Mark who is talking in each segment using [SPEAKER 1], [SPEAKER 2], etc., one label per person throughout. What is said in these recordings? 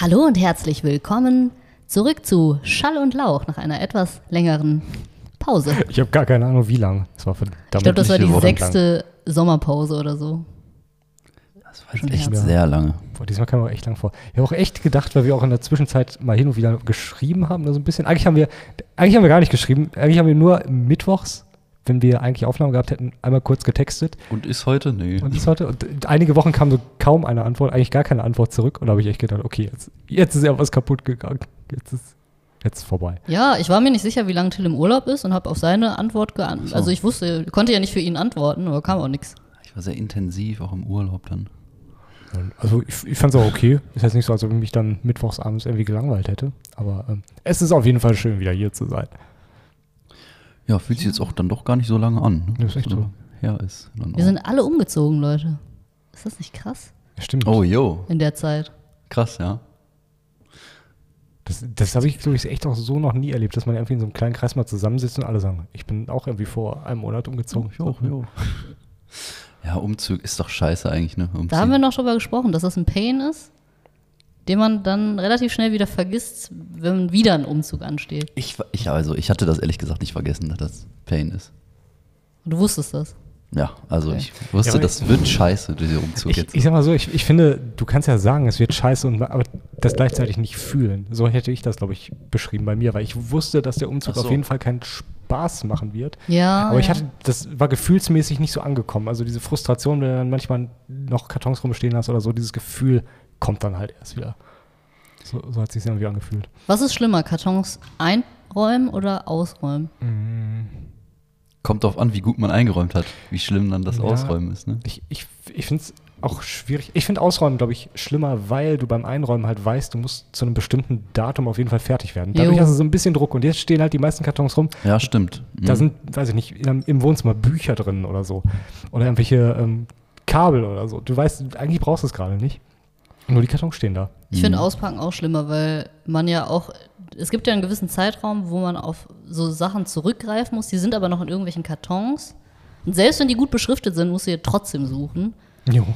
[SPEAKER 1] Hallo und herzlich willkommen zurück zu Schall und Lauch nach einer etwas längeren Pause.
[SPEAKER 2] Ich habe gar keine Ahnung, wie lang. Das war verdammt
[SPEAKER 1] Ich glaube, das war
[SPEAKER 2] viele
[SPEAKER 1] die
[SPEAKER 2] Wochen
[SPEAKER 1] sechste Sommerpause oder so.
[SPEAKER 3] Das war schon
[SPEAKER 1] echt
[SPEAKER 3] echt sehr lange.
[SPEAKER 2] Lang. Boah, diesmal kam auch echt lang vor. Ich habe auch echt gedacht, weil wir auch in der Zwischenzeit mal hin und wieder geschrieben haben, so ein bisschen. Eigentlich haben wir, eigentlich haben wir gar nicht geschrieben. Eigentlich haben wir nur mittwochs, wenn wir eigentlich Aufnahmen gehabt hätten, einmal kurz getextet.
[SPEAKER 3] Und ist heute? Nö.
[SPEAKER 2] Und das heute, und einige Wochen kam so kaum eine Antwort, eigentlich gar keine Antwort zurück. Und da habe ich echt gedacht, okay, jetzt, jetzt ist ja was kaputt gegangen. Jetzt ist jetzt ist vorbei.
[SPEAKER 1] Ja, ich war mir nicht sicher, wie lange Till im Urlaub ist und habe auf seine Antwort geantwortet. Also ich wusste, konnte ja nicht für ihn antworten, aber kam auch nichts.
[SPEAKER 3] Ich war sehr intensiv, auch im Urlaub dann.
[SPEAKER 2] Und Also ich, ich fand es auch okay. Ist jetzt nicht so, als ob ich mich dann mittwochs abends irgendwie gelangweilt hätte. Aber ähm, es ist auf jeden Fall schön, wieder hier zu sein.
[SPEAKER 3] Ja, fühlt sich jetzt auch dann doch gar nicht so lange an. ne?
[SPEAKER 2] Das ist echt so.
[SPEAKER 3] Her ist. dann
[SPEAKER 2] Oh.
[SPEAKER 1] Wir
[SPEAKER 3] auch.
[SPEAKER 1] sind alle umgezogen, Leute. Ist das nicht krass
[SPEAKER 2] Stimmt.
[SPEAKER 3] oh, yo.
[SPEAKER 1] in der Zeit?
[SPEAKER 3] Krass, ja.
[SPEAKER 2] Das, das habe ich, glaube ich, echt auch so noch nie erlebt, dass man irgendwie in so einem kleinen Kreis mal zusammensitzt und alle sagen, ich bin auch irgendwie vor einem Monat umgezogen.
[SPEAKER 3] yo. Ja, Umzug ist doch scheiße eigentlich, ne? Umziehen.
[SPEAKER 1] Da haben wir noch drüber gesprochen, dass das ein Pain ist, den man dann relativ schnell wieder vergisst, wenn wieder ein Umzug ansteht.
[SPEAKER 3] ich, wa- ich, also, ich hatte das ehrlich gesagt nicht vergessen, dass das Pain ist.
[SPEAKER 1] Und du wusstest das.
[SPEAKER 3] Ja, also
[SPEAKER 1] Okay.
[SPEAKER 3] ich wusste,
[SPEAKER 2] Ja, aber-
[SPEAKER 3] das wird scheiße, dieser Umzug
[SPEAKER 2] Ich,
[SPEAKER 3] jetzt.
[SPEAKER 2] ich sag mal so, ich, ich finde, du kannst ja sagen, es wird scheiße, und, ma- aber das gleichzeitig nicht fühlen. So hätte ich das, glaube ich, beschrieben bei mir, weil ich wusste, dass der Umzug
[SPEAKER 3] Ach so.
[SPEAKER 2] auf jeden Fall keinen Spaß machen wird.
[SPEAKER 1] Ja.
[SPEAKER 2] aber ich
[SPEAKER 1] Ah, ja.
[SPEAKER 2] hatte, das war gefühlsmäßig nicht so angekommen. Also diese Frustration, wenn du dann manchmal noch Kartons rumstehen hast oder so, dieses Gefühl kommt dann halt erst wieder. So, so hat es sich irgendwie angefühlt.
[SPEAKER 1] Was ist schlimmer, Kartons einräumen oder ausräumen?
[SPEAKER 3] Kommt drauf an, wie gut man eingeräumt hat, wie schlimm dann das
[SPEAKER 2] Ja.
[SPEAKER 3] Ausräumen ist, ne?
[SPEAKER 2] Ich, ich, ich finde es auch schwierig. Ich finde Ausräumen, glaube ich, schlimmer, weil du beim Einräumen halt weißt, du musst zu einem bestimmten Datum auf jeden Fall fertig werden. Dadurch
[SPEAKER 1] Jo.
[SPEAKER 2] hast du so ein bisschen Druck. Und jetzt stehen halt die meisten Kartons rum.
[SPEAKER 3] Ja, stimmt.
[SPEAKER 2] Da
[SPEAKER 3] Mhm.
[SPEAKER 2] sind, weiß ich nicht, in einem, im Wohnzimmer Bücher drin oder so. Oder irgendwelche ähm, Kabel oder so. Du weißt, eigentlich brauchst du es gerade nicht. Nur die Kartons stehen da.
[SPEAKER 1] Ich finde Auspacken auch schlimmer, weil man ja auch, es gibt ja einen gewissen Zeitraum, wo man auf so Sachen zurückgreifen muss, die sind aber noch in irgendwelchen Kartons. Und selbst wenn die gut beschriftet sind, musst du dir trotzdem suchen.
[SPEAKER 2] Jo.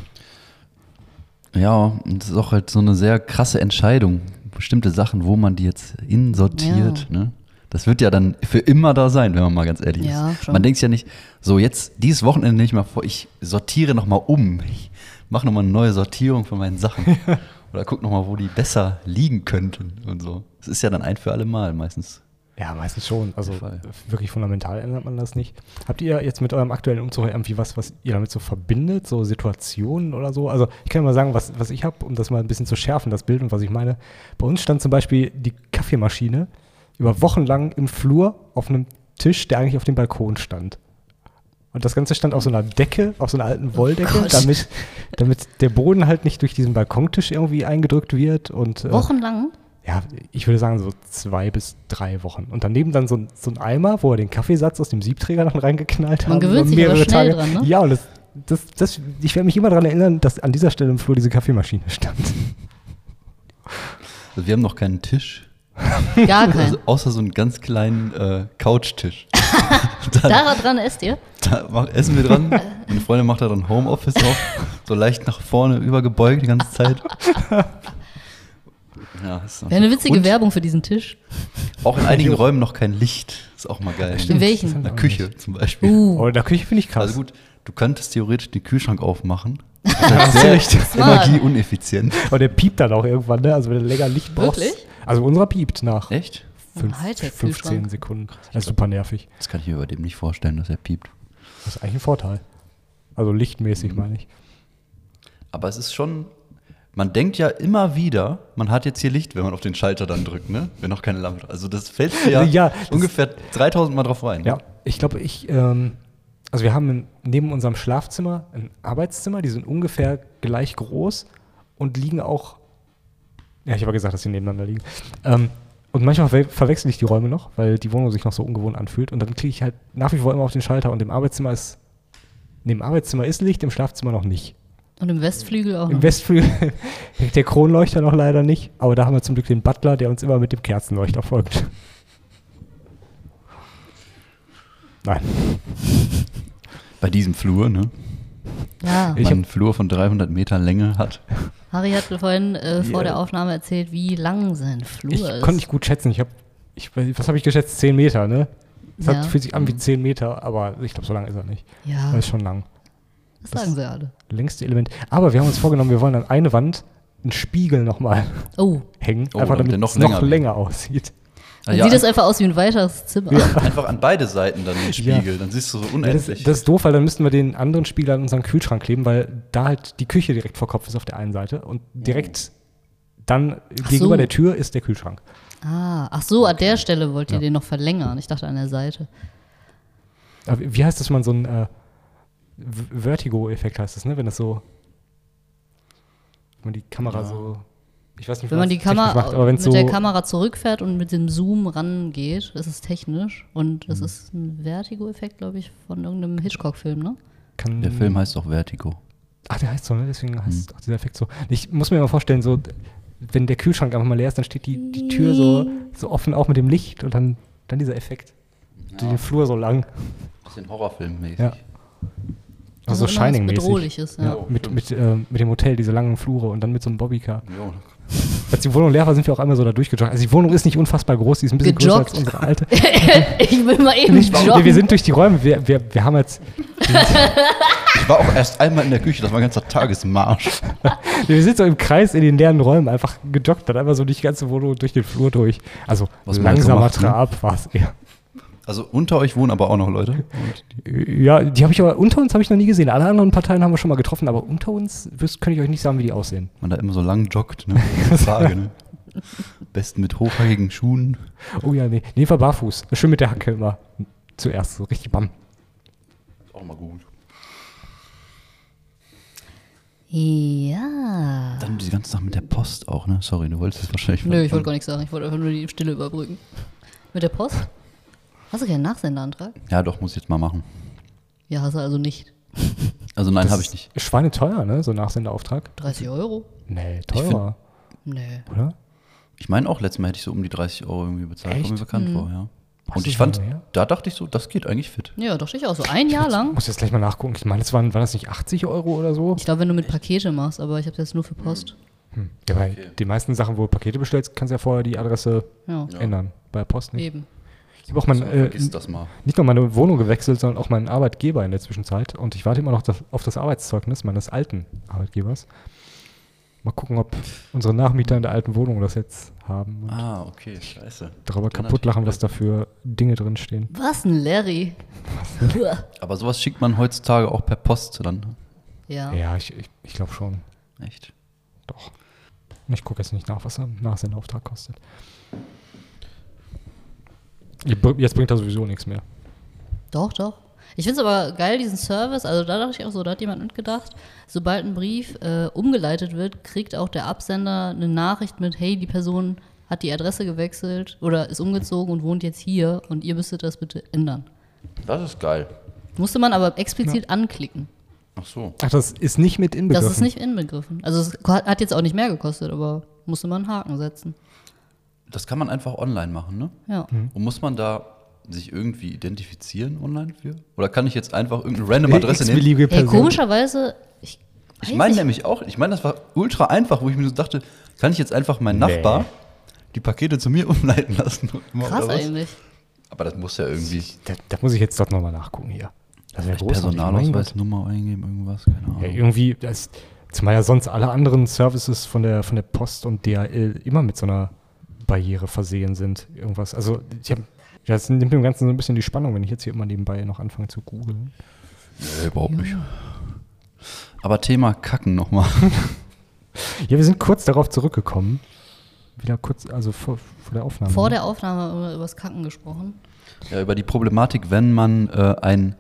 [SPEAKER 3] Ja, und das ist auch halt so eine sehr krasse Entscheidung. Bestimmte Sachen, wo man die jetzt insortiert, ne? Das wird ja dann für immer da sein, wenn man mal ganz ehrlich
[SPEAKER 1] Ja,
[SPEAKER 3] ist.
[SPEAKER 1] schon.
[SPEAKER 3] Man denkt ja nicht, so jetzt dieses Wochenende nehme ich mal vor, ich sortiere nochmal um. Ich mache nochmal eine neue Sortierung von meinen Sachen. Oder guck nochmal, wo die besser liegen könnten und so. Das ist ja dann ein für alle Mal meistens.
[SPEAKER 2] Ja, meistens schon. Also
[SPEAKER 3] Fall.
[SPEAKER 2] wirklich fundamental ändert man das nicht. Habt ihr jetzt mit eurem aktuellen Umzug halt irgendwie was, was ihr damit so verbindet, so Situationen oder so? Also ich kann mal sagen, was, was ich habe, um das mal ein bisschen zu schärfen, das Bild und was ich meine. Bei uns stand zum Beispiel die Kaffeemaschine über Wochen lang im Flur auf einem Tisch, der eigentlich auf dem Balkon stand. Und das Ganze stand auf so einer Decke, auf so einer alten Wolldecke,
[SPEAKER 1] Gott.
[SPEAKER 2] damit, damit der Boden halt nicht durch diesen Balkontisch irgendwie eingedrückt wird. Und, äh,
[SPEAKER 1] Wochenlang.
[SPEAKER 2] ja, ich würde sagen so zwei bis drei Wochen. Und daneben dann so ein, so ein Eimer, wo er den Kaffeesatz aus dem Siebträger dann reingeknallt hat.
[SPEAKER 1] Man gewöhnt sich aber schnell dran, ne?
[SPEAKER 2] Ja, und das, das, das, ich werde mich immer daran erinnern, dass an dieser Stelle im Flur diese Kaffeemaschine stand.
[SPEAKER 3] Also wir haben noch keinen Tisch,
[SPEAKER 1] Gar kein.
[SPEAKER 3] also außer so einen ganz kleinen äh, Couchtisch. Dann-
[SPEAKER 1] Daran esst ihr.
[SPEAKER 3] Da mach, essen wir dran. Meine Freundin macht da dann Homeoffice auf. So leicht nach vorne übergebeugt die ganze Zeit. Ja, ist
[SPEAKER 1] Wäre eine witzige
[SPEAKER 3] Und
[SPEAKER 1] Werbung für diesen Tisch.
[SPEAKER 3] Auch in einigen Räumen noch kein Licht. Ist auch mal geil.
[SPEAKER 1] In
[SPEAKER 3] ne?
[SPEAKER 1] welchen?
[SPEAKER 3] In der Küche zum Beispiel.
[SPEAKER 1] Uh,
[SPEAKER 2] Oh, in der Küche finde ich krass.
[SPEAKER 3] Also gut, du könntest theoretisch den Kühlschrank aufmachen. Das ist halt sehr
[SPEAKER 1] Smart.
[SPEAKER 3] energieuneffizient.
[SPEAKER 2] Und der piept dann auch irgendwann, ne? Also wenn du länger Licht brauchst.
[SPEAKER 1] Wirklich?
[SPEAKER 2] Also unserer piept nach
[SPEAKER 3] Echt?
[SPEAKER 2] fünf,
[SPEAKER 1] Ein Hightech-Kühlschrank.
[SPEAKER 2] 15 Sekunden. Das ist super nervig.
[SPEAKER 3] Das kann ich mir bei dem nicht vorstellen, dass er piept.
[SPEAKER 2] Das ist eigentlich ein Vorteil. Also lichtmäßig
[SPEAKER 3] Mhm.
[SPEAKER 2] meine ich.
[SPEAKER 3] Aber es ist schon. Man denkt ja immer wieder, man hat jetzt hier Licht, wenn man auf den Schalter dann drückt, ne? Wenn noch keine Lampe. Also das fällt dir ja,
[SPEAKER 2] Ja, das-
[SPEAKER 3] ungefähr 3000 Mal drauf rein. ne?
[SPEAKER 2] Ja, ich glaube, ich, ähm, also wir haben in, neben unserem Schlafzimmer ein Arbeitszimmer, die sind ungefähr gleich groß und liegen auch, ja, ich habe ja gesagt, dass sie nebeneinander liegen. Ähm, und manchmal ver verwechsel ich die Räume noch, weil die Wohnung sich noch so ungewohnt anfühlt und dann klicke ich halt nach wie vor immer auf den Schalter und im Arbeitszimmer ist, neben Arbeitszimmer ist Licht, im Schlafzimmer noch nicht.
[SPEAKER 1] und im Westflügel auch.
[SPEAKER 2] Im
[SPEAKER 1] noch.
[SPEAKER 2] Westflügel hängt der Kronleuchter noch leider nicht, aber da haben wir zum Glück den Butler, der uns immer mit dem Kerzenleuchter folgt. Nein.
[SPEAKER 3] Bei diesem Flur, ne?
[SPEAKER 1] Ja,
[SPEAKER 2] Ich
[SPEAKER 3] man
[SPEAKER 2] hab-
[SPEAKER 3] einen Flur von 300 Metern Länge hat.
[SPEAKER 1] Harry hat vorhin äh, vor
[SPEAKER 2] Ja.
[SPEAKER 1] der Aufnahme erzählt, wie lang sein Flur
[SPEAKER 2] Ich
[SPEAKER 1] ist.
[SPEAKER 2] konnte nicht gut schätzen. Ich habe, ich, weiß nicht, was habe ich geschätzt? 10 Meter, ne? Es
[SPEAKER 1] Ja. Mhm.
[SPEAKER 2] hat, fühlt sich an wie 10 Meter, aber ich glaube, so lang ist er nicht.
[SPEAKER 1] ja,
[SPEAKER 2] Das
[SPEAKER 1] das,
[SPEAKER 2] ist schon lang.
[SPEAKER 1] sagen sie alle.
[SPEAKER 2] Längste Element. Aber wir haben uns vorgenommen, wir wollen an eine Wand einen Spiegel nochmal
[SPEAKER 1] Oh,
[SPEAKER 2] hängen,
[SPEAKER 3] Oh,
[SPEAKER 2] einfach
[SPEAKER 3] damit
[SPEAKER 2] damit
[SPEAKER 3] der
[SPEAKER 2] es
[SPEAKER 3] noch
[SPEAKER 2] noch
[SPEAKER 3] länger
[SPEAKER 2] länger,
[SPEAKER 3] wird.
[SPEAKER 2] aussieht.
[SPEAKER 3] Ah,
[SPEAKER 1] dann
[SPEAKER 3] ja,
[SPEAKER 1] sieht das einfach aus wie ein weiteres Zimmer.
[SPEAKER 3] an- einfach an beide Seiten dann den Spiegel. Dann siehst du so
[SPEAKER 2] Ja, das,
[SPEAKER 3] unendlich.
[SPEAKER 2] das ist doof, weil dann müssten wir den anderen Spiegel an unseren Kühlschrank kleben, weil da halt die Küche direkt vor Kopf ist auf der einen Seite und direkt dann gegenüber
[SPEAKER 1] Oh. so.
[SPEAKER 2] der Tür ist der Kühlschrank.
[SPEAKER 1] Ah, ach so, an der Stelle wollt ihr den noch verlängern. Ich dachte an der Seite.
[SPEAKER 2] Aber wie heißt das, wenn man so ein äh, V- Vertigo-Effekt heißt das, ne? Wenn das so, wenn man die Kamera so, ich weiß nicht, wie
[SPEAKER 1] Wenn man die
[SPEAKER 2] das technisch
[SPEAKER 1] Kamera
[SPEAKER 2] macht, aber
[SPEAKER 1] mit
[SPEAKER 2] wenn's so,
[SPEAKER 1] der Kamera zurückfährt und mit dem Zoom rangeht, ist es technisch und
[SPEAKER 2] Mhm.
[SPEAKER 1] es ist ein Vertigo-Effekt, glaube ich, von irgendeinem Hitchcock-Film, ne?
[SPEAKER 2] kann,
[SPEAKER 3] Der Film Mhm. heißt doch Vertigo.
[SPEAKER 2] Ach, der heißt so, ne? Deswegen heißt auch dieser Effekt so. Ich muss mir mal vorstellen, so, wenn der Kühlschrank einfach mal leer ist, dann steht die, die Tür so, so offen, auch mit dem Licht und dann, dann dieser Effekt. Den Flur so lang.
[SPEAKER 3] Bisschen Horrorfilmmäßig.
[SPEAKER 2] Ja.
[SPEAKER 1] immer
[SPEAKER 2] Also so
[SPEAKER 1] was
[SPEAKER 2] Shining-mäßig.
[SPEAKER 1] Bedrohliches, ja.
[SPEAKER 2] Ja, mit, mit, ähm, mit dem Hotel, diese langen Flure und dann mit so einem Bobbycar.
[SPEAKER 3] Jo.
[SPEAKER 2] Als die Wohnung leer war, sind wir auch einmal so da durchgejoggt. Also die Wohnung ist nicht unfassbar groß, die ist ein bisschen
[SPEAKER 1] Gejoggt?
[SPEAKER 2] größer als unsere alte.
[SPEAKER 1] ich will mal eben
[SPEAKER 2] Nicht,
[SPEAKER 1] joggen.
[SPEAKER 2] nee, wir sind durch die Räume, wir, wir, wir haben jetzt,
[SPEAKER 3] Ich war auch erst einmal in der Küche, das war ein ganzer Tagesmarsch.
[SPEAKER 2] wir sind so im Kreis in den leeren Räumen einfach gejoggt, dann einfach so durch die ganze Wohnung, durch den Flur durch. Also
[SPEAKER 3] Was man halt so
[SPEAKER 2] langsamer
[SPEAKER 3] macht, ne?
[SPEAKER 2] Trab war es eher.
[SPEAKER 3] Also unter euch wohnen aber auch noch Leute. Und
[SPEAKER 2] Ja, die habe ich aber unter uns habe ich noch nie gesehen. Alle anderen Parteien haben wir schon mal getroffen, aber unter uns wüs- könnte ich euch nicht sagen, wie die aussehen.
[SPEAKER 3] man da immer so lang joggt, ne? Frage, ne? Am Besten mit hochhackigen Schuhen.
[SPEAKER 2] Oh ja, nee. Nee, war barfuß. Schön mit der Hacke immer. Zuerst, so richtig bam.
[SPEAKER 3] Ist auch mal gut.
[SPEAKER 1] Ja.
[SPEAKER 3] Dann die ganze Sache mit der Post auch, ne? Sorry, du wolltest es wahrscheinlich.
[SPEAKER 1] Nö, ich wollte gar nichts sagen. Ich wollte einfach nur die Stille überbrücken. Mit der Post? Hast du keinen Nachsendeantrag?
[SPEAKER 3] Ja, doch, muss ich jetzt mal machen.
[SPEAKER 1] Ja, hast du also nicht.
[SPEAKER 3] Also nein,
[SPEAKER 2] Das
[SPEAKER 3] habe ich nicht.
[SPEAKER 2] ist Schweineteuer, ne? So Nachsendeauftrag.
[SPEAKER 1] 30 Euro?
[SPEAKER 2] Nee, teurer,
[SPEAKER 1] Nee.
[SPEAKER 2] oder?
[SPEAKER 3] Ich meine auch, letztes Mal hätte ich so um die 30 Euro irgendwie bezahlt. Kommt
[SPEAKER 2] Echt?
[SPEAKER 3] mir
[SPEAKER 1] Mhm.
[SPEAKER 3] bekannt vor, ja.
[SPEAKER 2] Hast
[SPEAKER 3] Und
[SPEAKER 2] du
[SPEAKER 3] ich
[SPEAKER 2] so
[SPEAKER 3] fand,
[SPEAKER 2] lange her?
[SPEAKER 3] da dachte ich so, das geht eigentlich fit.
[SPEAKER 1] Ja, doch sicher auch so. Ein Jahr
[SPEAKER 2] Ich
[SPEAKER 1] lang.
[SPEAKER 2] muss jetzt gleich mal nachgucken. Ich meine, das waren, waren das nicht 80 Euro oder so? Hm.
[SPEAKER 1] Ich glaube, wenn du mit Pakete machst, aber ich habe jetzt nur für Post.
[SPEAKER 2] Ja, bei den meisten Sachen, wo du Pakete bestellst, kannst du ja vorher die Adresse
[SPEAKER 1] Hm. Ja,
[SPEAKER 2] ändern. Bei Post nicht.
[SPEAKER 1] eben.
[SPEAKER 2] Ich habe auch mein,
[SPEAKER 3] So,
[SPEAKER 2] äh,
[SPEAKER 3] vergiss das mal.
[SPEAKER 2] nicht nur meine Wohnung gewechselt, sondern auch meinen Arbeitgeber in der Zwischenzeit. Und ich warte immer noch das, auf das Arbeitszeugnis meines alten Arbeitgebers. Mal gucken, ob unsere Nachmieter in der alten Wohnung das jetzt haben und
[SPEAKER 3] Ah, okay, scheiße.
[SPEAKER 2] darüber
[SPEAKER 3] Kann
[SPEAKER 2] kaputt lachen, was da für Dinge drinstehen.
[SPEAKER 1] Was ein Larry?
[SPEAKER 3] Aber sowas schickt man heutzutage auch per Post dann.
[SPEAKER 1] ja.
[SPEAKER 2] Ja, ich, ich, ich glaube schon.
[SPEAKER 3] ne? Echt?
[SPEAKER 2] Doch. Ich gucke jetzt nicht nach, was er nach seinem Auftrag kostet. Ihr br- Jetzt bringt er sowieso nichts mehr.
[SPEAKER 1] Doch, doch. Ich finde es aber geil, diesen Service. Also da dachte ich auch so, da hat jemand mitgedacht. Sobald ein Brief äh, umgeleitet wird, kriegt auch der Absender eine Nachricht mit, hey, die Person hat die Adresse gewechselt oder ist umgezogen und wohnt jetzt hier und ihr müsstet das bitte ändern.
[SPEAKER 3] Das ist geil.
[SPEAKER 1] Musste man aber explizit anklicken.
[SPEAKER 3] Ach so.
[SPEAKER 2] Ach, das ist nicht mit inbegriffen.
[SPEAKER 1] Das ist nicht inbegriffen. Also es ko- hat jetzt auch nicht mehr gekostet, aber musste man einen Haken setzen.
[SPEAKER 3] Das kann man einfach online machen, ne?
[SPEAKER 1] Ja.
[SPEAKER 3] Und muss man da sich irgendwie identifizieren online für? Oder kann ich jetzt einfach irgendeine random
[SPEAKER 2] Eine
[SPEAKER 3] Adresse nehmen?
[SPEAKER 2] x-beliebige
[SPEAKER 1] Ey,
[SPEAKER 2] Person.
[SPEAKER 1] komischerweise, ich, weiß
[SPEAKER 3] Ich meine
[SPEAKER 1] nicht.
[SPEAKER 3] nämlich auch, ich meine, das war ultra einfach, wo ich mir so dachte, kann ich jetzt einfach meinen
[SPEAKER 2] Nee.
[SPEAKER 3] Nachbar die Pakete zu mir umleiten lassen? Oder
[SPEAKER 1] krass
[SPEAKER 3] was?
[SPEAKER 1] eigentlich.
[SPEAKER 3] Aber das muss ja irgendwie
[SPEAKER 2] Da, da muss ich jetzt doch nochmal nachgucken hier. Das wäre großartig. Mein Gott.
[SPEAKER 3] Personalausweisnummer eingeben, irgendwas, keine Ahnung.
[SPEAKER 2] Ja, irgendwie, das, zumal ja sonst alle anderen Services von der, von der Post und DHL immer mit so einer Barriere versehen sind. Irgendwas. Also, ich hab, das nimmt dem Ganzen so ein bisschen die Spannung, wenn ich jetzt hier immer nebenbei noch anfange zu googeln.
[SPEAKER 3] nee, überhaupt nicht. Aber Thema Kacken nochmal.
[SPEAKER 2] Ja, wir sind kurz darauf zurückgekommen. Wieder kurz, also vor, vor der Aufnahme.
[SPEAKER 1] Vor
[SPEAKER 2] ne?
[SPEAKER 1] der Aufnahme haben wir über das Kacken gesprochen.
[SPEAKER 3] ja, über die Problematik, wenn man äh, ein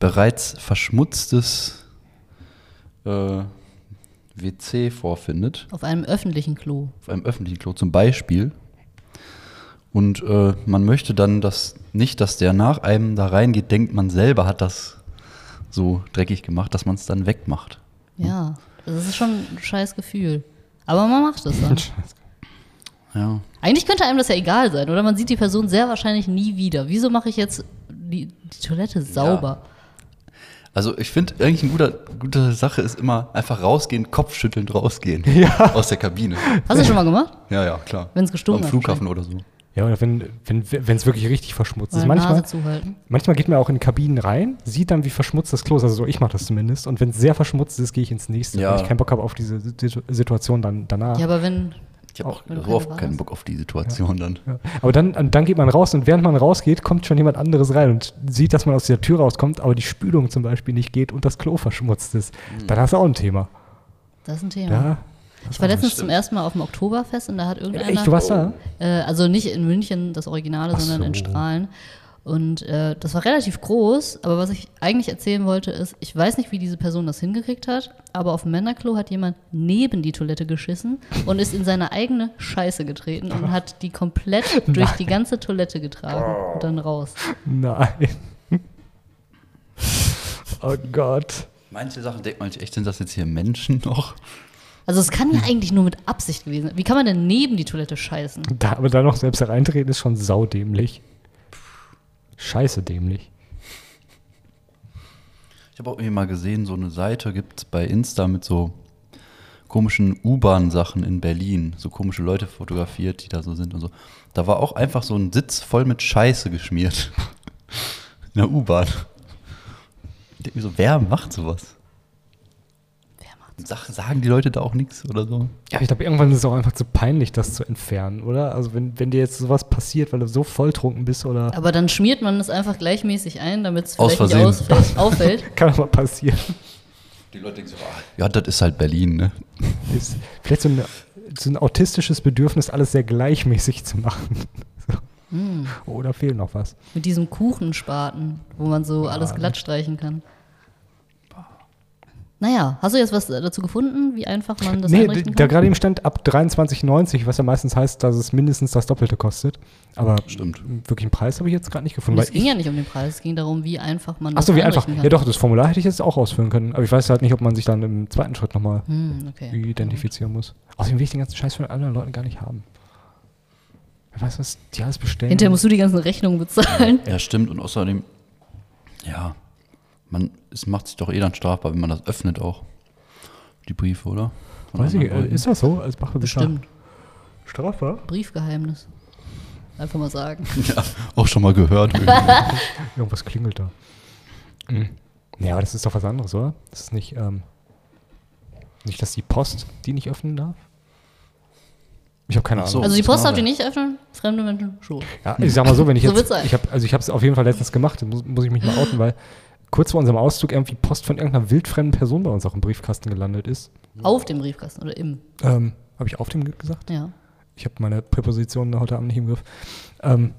[SPEAKER 3] bereits verschmutztes äh, WC vorfindet,
[SPEAKER 1] Auf einem öffentlichen Klo.
[SPEAKER 3] auf einem öffentlichen Klo zum Beispiel. Und äh, man möchte dann das nicht, dass der nach einem da reingeht, denkt man selber hat das so dreckig gemacht, dass man es dann wegmacht.
[SPEAKER 1] Ja, das ist schon ein scheiß Gefühl. Aber man macht es dann.
[SPEAKER 3] Ja.
[SPEAKER 1] Eigentlich könnte einem das ja egal sein, oder? Man sieht die Person sehr wahrscheinlich nie wieder. Wieso mache ich jetzt die, die Toilette sauber?
[SPEAKER 3] Also ich finde, eigentlich eine gute, gute Sache ist immer einfach rausgehen, Kopfschüttelnd rausgehen.
[SPEAKER 2] Ja.
[SPEAKER 3] Aus der Kabine.
[SPEAKER 1] Hast du schon mal gemacht?
[SPEAKER 3] Ja, ja, klar.
[SPEAKER 1] Also, Wenn's gestunken
[SPEAKER 3] Am
[SPEAKER 1] hat,
[SPEAKER 3] Flughafen oder so.
[SPEAKER 2] Ja, oder wenn es wirklich richtig verschmutzt ist.
[SPEAKER 1] Mal
[SPEAKER 2] Manchmal,
[SPEAKER 1] Nase zuhalten.
[SPEAKER 2] manchmal geht man auch in Kabinen rein, sieht dann, wie verschmutzt das Klo ist. Also so, ich mache das zumindest. Und wenn es sehr verschmutzt ist, gehe ich ins nächste,
[SPEAKER 3] Ja.
[SPEAKER 2] weil ich keinen Bock habe auf diese Situ- Situation dann danach.
[SPEAKER 1] Ja, aber wenn.
[SPEAKER 3] Ich habe auch
[SPEAKER 1] Wenn du
[SPEAKER 3] so oft
[SPEAKER 1] keine Wahl
[SPEAKER 3] keinen
[SPEAKER 1] hast.
[SPEAKER 3] Bock auf die Situation dann.
[SPEAKER 2] Ja. Aber dann, und dann geht man raus und während man rausgeht, kommt schon jemand anderes rein und sieht, dass man aus dieser Tür rauskommt, aber die Spülung zum Beispiel nicht geht und das Klo verschmutzt ist.
[SPEAKER 1] Mhm.
[SPEAKER 2] Dann hast du auch ein Thema.
[SPEAKER 1] Das ist ein Thema.
[SPEAKER 2] Ja.
[SPEAKER 1] ich war letztens zum
[SPEAKER 3] stimmt.
[SPEAKER 1] ersten Mal auf dem Oktoberfest und da hat irgendeiner.
[SPEAKER 2] Echt, du warst da?
[SPEAKER 1] Äh, also nicht in München, das Originale,
[SPEAKER 2] Ach
[SPEAKER 1] sondern in
[SPEAKER 2] so.
[SPEAKER 1] Strahlen. Und äh, das war relativ groß, aber was ich eigentlich erzählen wollte ist, ich weiß nicht, wie diese Person das hingekriegt hat, aber auf dem Männerklo hat jemand neben die Toilette geschissen und ist in seine eigene Scheiße getreten und hat die komplett durch die ganze Toilette getragen und dann raus.
[SPEAKER 2] Nein. oh Gott.
[SPEAKER 3] Manche Sachen denkt man sich echt, sind das jetzt hier Menschen noch?
[SPEAKER 1] Also es kann ja eigentlich nur mit Absicht gewesen sein. Wie kann man denn neben die Toilette scheißen?
[SPEAKER 2] Da, aber da noch selbst hereintreten ist schon saudämlich. Scheiße dämlich.
[SPEAKER 3] Ich habe auch irgendwie mal gesehen, so eine Seite gibt es bei Insta mit so komischen U-Bahn-Sachen in Berlin. So komische Leute fotografiert, die da so sind und so. Da war auch einfach so ein Sitz voll mit Scheiße geschmiert. In der U-Bahn. Ich denke mir so, wer macht sowas?
[SPEAKER 1] Wer macht
[SPEAKER 3] Sag, sagen die Leute da auch nichts oder so?
[SPEAKER 2] Ja, ich glaube, irgendwann ist es auch einfach zu peinlich, das zu entfernen, oder? Also wenn, wenn dir jetzt sowas passiert, weil du so volltrunken bist oder
[SPEAKER 1] Aber dann schmiert man es einfach gleichmäßig ein, damit es
[SPEAKER 3] Aus
[SPEAKER 1] vielleicht nicht
[SPEAKER 3] Versehen.
[SPEAKER 1] ausfällt, auffällt.
[SPEAKER 2] kann aber passieren.
[SPEAKER 3] Die Leute denken so, ah, ja, das ist halt Berlin, ne?
[SPEAKER 2] Ist vielleicht so ein, so ein autistisches Bedürfnis, alles sehr gleichmäßig zu machen. So. Oh, da fehlt noch was.
[SPEAKER 1] Mit diesem Kuchenspaten, wo man so
[SPEAKER 2] ne?
[SPEAKER 1] alles glatt streichen kann. Naja, hast du jetzt was äh, dazu gefunden, wie einfach man das
[SPEAKER 2] nee, d-
[SPEAKER 1] einrichten
[SPEAKER 2] da
[SPEAKER 1] kann?
[SPEAKER 2] gerade eben stand ab 23,90, was ja meistens heißt, dass es mindestens das Doppelte kostet. Aber
[SPEAKER 3] Stimmt.
[SPEAKER 2] wirklich einen Preis habe ich jetzt gerade nicht gefunden.
[SPEAKER 1] es
[SPEAKER 2] weil
[SPEAKER 1] ging
[SPEAKER 2] ich-
[SPEAKER 1] ja nicht um den Preis, es ging darum, wie einfach man das
[SPEAKER 2] Achso, wie einfach.
[SPEAKER 1] einrichten
[SPEAKER 2] Ja
[SPEAKER 1] kann.
[SPEAKER 2] doch, das Formular hätte ich jetzt auch ausfüllen können. Aber ich weiß halt nicht, ob man sich dann im zweiten Schritt nochmal
[SPEAKER 1] Hm, okay.
[SPEAKER 2] identifizieren muss. Außerdem will ich den ganzen Scheiß von anderen Leuten gar nicht haben. Wer weiß, was die alles bestellen.
[SPEAKER 1] Hinterher musst du die ganzen Rechnungen bezahlen.
[SPEAKER 3] Ja, stimmt. Und außerdem, ja, man, es macht sich doch eh dann strafbar, wenn man das öffnet auch. Die Briefe, oder? Von
[SPEAKER 2] Weiß ich,
[SPEAKER 3] anderen
[SPEAKER 2] äh,
[SPEAKER 3] Leuten.
[SPEAKER 2] ist das so? Als Bach
[SPEAKER 1] Bestimmt.
[SPEAKER 2] Strafbar?
[SPEAKER 1] Briefgeheimnis. Einfach mal sagen.
[SPEAKER 3] Ja, auch schon mal gehört.
[SPEAKER 2] Irgendwas klingelt da. Mhm. Ja, aber das ist doch was anderes, oder? Das ist nicht, ähm, nicht, dass die Post die nicht öffnen darf? Ich habe keine
[SPEAKER 3] Ach
[SPEAKER 2] Ahnung.
[SPEAKER 3] so.
[SPEAKER 1] Also die
[SPEAKER 3] das
[SPEAKER 1] Post
[SPEAKER 3] war
[SPEAKER 1] habt ihr
[SPEAKER 3] der.
[SPEAKER 1] nicht öffnen, fremde Menschen schon.
[SPEAKER 2] Ja, ich sag mal so, wenn ich
[SPEAKER 1] Also, So
[SPEAKER 2] jetzt,
[SPEAKER 1] wird's sein.
[SPEAKER 2] ich hab, also ich habe es auf jeden Fall letztens gemacht, da muss, muss ich mich mal outen, weil kurz vor unserem Auszug irgendwie Post von irgendeiner wildfremden Person bei uns auch im Briefkasten gelandet ist.
[SPEAKER 1] Auf dem Briefkasten oder im.
[SPEAKER 2] Ähm, habe ich auf dem Glück gesagt?
[SPEAKER 1] Ja.
[SPEAKER 2] Ich habe meine Präpositionen heute Abend nicht im Griff. Ähm,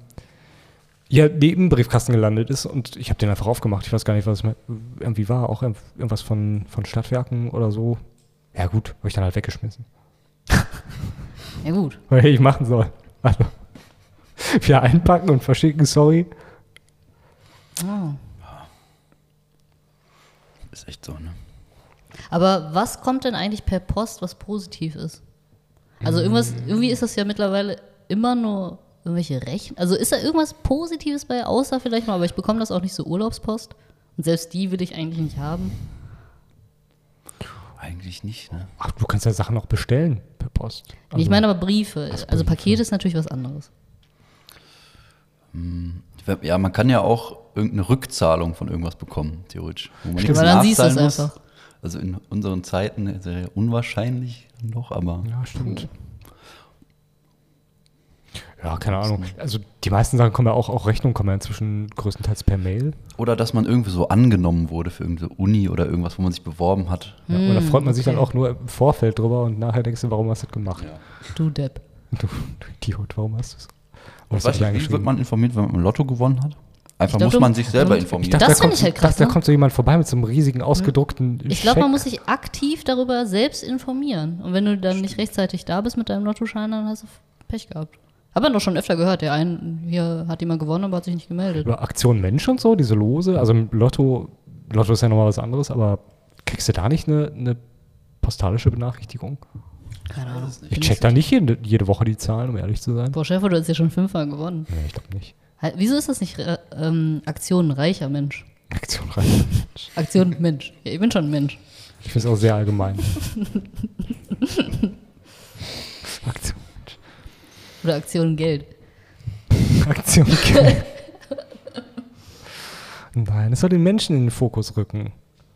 [SPEAKER 2] ja, die im Briefkasten gelandet ist und ich habe den einfach aufgemacht. Ich weiß gar nicht, was es mir- irgendwie war. Auch irgend- irgendwas von, von Stadtwerken oder so. Ja, gut, habe ich dann halt weggeschmissen.
[SPEAKER 1] Ja gut.
[SPEAKER 2] Weil ich machen soll. Also, wir einpacken und verschicken, sorry.
[SPEAKER 1] Ah.
[SPEAKER 3] Ist echt so, ne?
[SPEAKER 1] Aber was kommt denn eigentlich per Post, was positiv ist? Also irgendwas, irgendwie ist das ja mittlerweile immer nur irgendwelche Rechen. Also ist da irgendwas Positives bei, außer vielleicht mal, aber ich bekomme das auch nicht so Urlaubspost. Und selbst die will ich eigentlich nicht haben.
[SPEAKER 3] Eigentlich nicht, ne?
[SPEAKER 2] Ach, du kannst ja Sachen auch bestellen per Post.
[SPEAKER 1] Nee, ich
[SPEAKER 2] Also,
[SPEAKER 1] meine aber Briefe. Also
[SPEAKER 2] Briefe.
[SPEAKER 1] Pakete ist natürlich was anderes.
[SPEAKER 3] Ja, man kann ja auch irgendeine Rückzahlung von irgendwas bekommen, theoretisch. Wo man
[SPEAKER 2] Stimmt.
[SPEAKER 3] nichts
[SPEAKER 1] Aber dann siehst du es
[SPEAKER 3] nachzahlen muss.
[SPEAKER 1] einfach.
[SPEAKER 3] Also in unseren Zeiten ist ja unwahrscheinlich noch, aber
[SPEAKER 2] Ja, stimmt. Ja, keine Ahnung. Also die meisten Sachen kommen ja auch, auch Rechnungen kommen ja inzwischen größtenteils per Mail.
[SPEAKER 3] oder dass man irgendwie so angenommen wurde für irgendeine Uni oder irgendwas, wo man sich beworben hat.
[SPEAKER 2] Ja, und da freut man sich
[SPEAKER 1] Hm, okay.
[SPEAKER 2] dann auch nur im Vorfeld drüber und nachher denkst du, warum hast du das gemacht?
[SPEAKER 1] Du Depp.
[SPEAKER 2] Du, du Idiot, warum hast du es?
[SPEAKER 3] Was weißt du, wie wird man informiert, wenn man im Lotto gewonnen hat? Einfach
[SPEAKER 1] Ich glaub,
[SPEAKER 3] muss man
[SPEAKER 1] du-
[SPEAKER 3] sich selber
[SPEAKER 1] ich dachte-
[SPEAKER 3] informieren.
[SPEAKER 1] Das
[SPEAKER 2] da
[SPEAKER 1] find
[SPEAKER 2] kommt,
[SPEAKER 1] ich halt
[SPEAKER 2] dachte,
[SPEAKER 1] krass,
[SPEAKER 2] Da
[SPEAKER 1] ne? Hm.
[SPEAKER 2] kommt so jemand vorbei mit so einem riesigen, ausgedruckten
[SPEAKER 1] Ich glaube, man muss
[SPEAKER 2] Scheck.
[SPEAKER 1] sich aktiv darüber selbst informieren. Und wenn du dann nicht rechtzeitig da bist mit deinem Lottoschein, dann hast du Pech gehabt. Hab man doch schon öfter gehört. Der einen hier hat jemand gewonnen, aber hat sich nicht gemeldet.
[SPEAKER 2] Über Aktion Mensch und so, diese Lose, also im Lotto, Lotto ist ja nochmal was anderes, aber kriegst du da nicht eine, eine postalische Benachrichtigung?
[SPEAKER 1] Keine Ahnung.
[SPEAKER 2] Ich check da nicht jede, jede Woche die Zahlen, um ehrlich zu sein.
[SPEAKER 1] Boah, Schäfer, du hast ja schon fünfmal gewonnen.
[SPEAKER 2] Nee, ich glaube nicht.
[SPEAKER 1] Halt, Wieso ist das nicht äh, ähm, Aktionen reicher Mensch?
[SPEAKER 2] Aktion rein.
[SPEAKER 1] Aktion Mensch. Ja, ich bin schon ein Mensch.
[SPEAKER 2] Ich finde es auch sehr allgemein. Aktion,
[SPEAKER 1] Oder Aktion Geld.
[SPEAKER 2] Aktion Geld. Nein, es soll den Menschen in den Fokus rücken.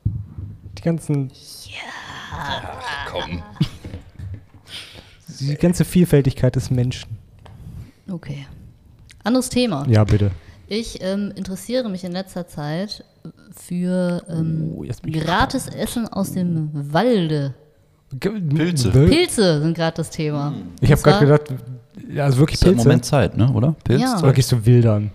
[SPEAKER 2] Die ganzen,
[SPEAKER 3] Komm.
[SPEAKER 2] die ganze Vielfältigkeit des Menschen.
[SPEAKER 1] Okay. Anderes Thema.
[SPEAKER 2] Ja, bitte.
[SPEAKER 1] Ich ähm, interessiere mich in letzter Zeit für ähm,
[SPEAKER 2] Oh, jetzt bin ich
[SPEAKER 1] gratis Essen aus dem Walde.
[SPEAKER 3] Pilze.
[SPEAKER 2] Äh.
[SPEAKER 1] Pilze sind gerade das Thema.
[SPEAKER 2] Ich habe
[SPEAKER 1] Und zwar-
[SPEAKER 2] gerade gedacht, ja, also wirklich
[SPEAKER 3] Ist ja im
[SPEAKER 2] Pilze.
[SPEAKER 3] Moment Zeit, ne? Oder? Pilz?
[SPEAKER 1] Ja.
[SPEAKER 2] Oder gehst du wildern?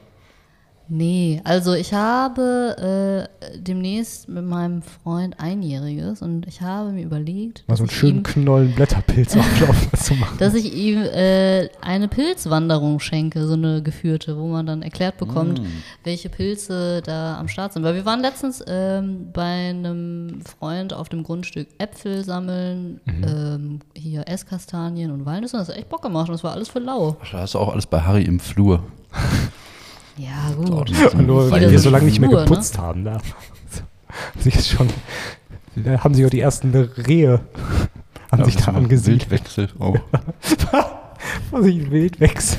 [SPEAKER 1] Nee, also ich habe äh, demnächst mit meinem Freund Einjähriges und ich habe mir überlegt,
[SPEAKER 2] Mal so einen
[SPEAKER 1] dass, ich ihm,
[SPEAKER 2] schönen Knollen Blätterpilz auflaufen zu machen.
[SPEAKER 1] dass ich ihm äh, eine Pilzwanderung schenke, so eine geführte, wo man dann erklärt bekommt, welche Pilze da am Start sind. Weil wir waren letztens ähm, bei einem Freund auf dem Grundstück Äpfel sammeln, ähm, hier Esskastanien und Walnüsse und das hat echt Bock gemacht und das war alles für lau.
[SPEAKER 3] Ach, da hast du auch alles bei Harry im Flur.
[SPEAKER 1] Ja, gut.
[SPEAKER 2] Nur weil
[SPEAKER 1] Wieder
[SPEAKER 2] wir
[SPEAKER 1] so
[SPEAKER 2] so lange nicht mehr
[SPEAKER 1] Spur, ne?
[SPEAKER 2] geputzt haben. Da. Sich ist schon, da haben sich auch die ersten Rehe haben sich da angesiedelt.
[SPEAKER 3] Wildwechsel. Oh.
[SPEAKER 2] Vorsicht, Wildwechsel.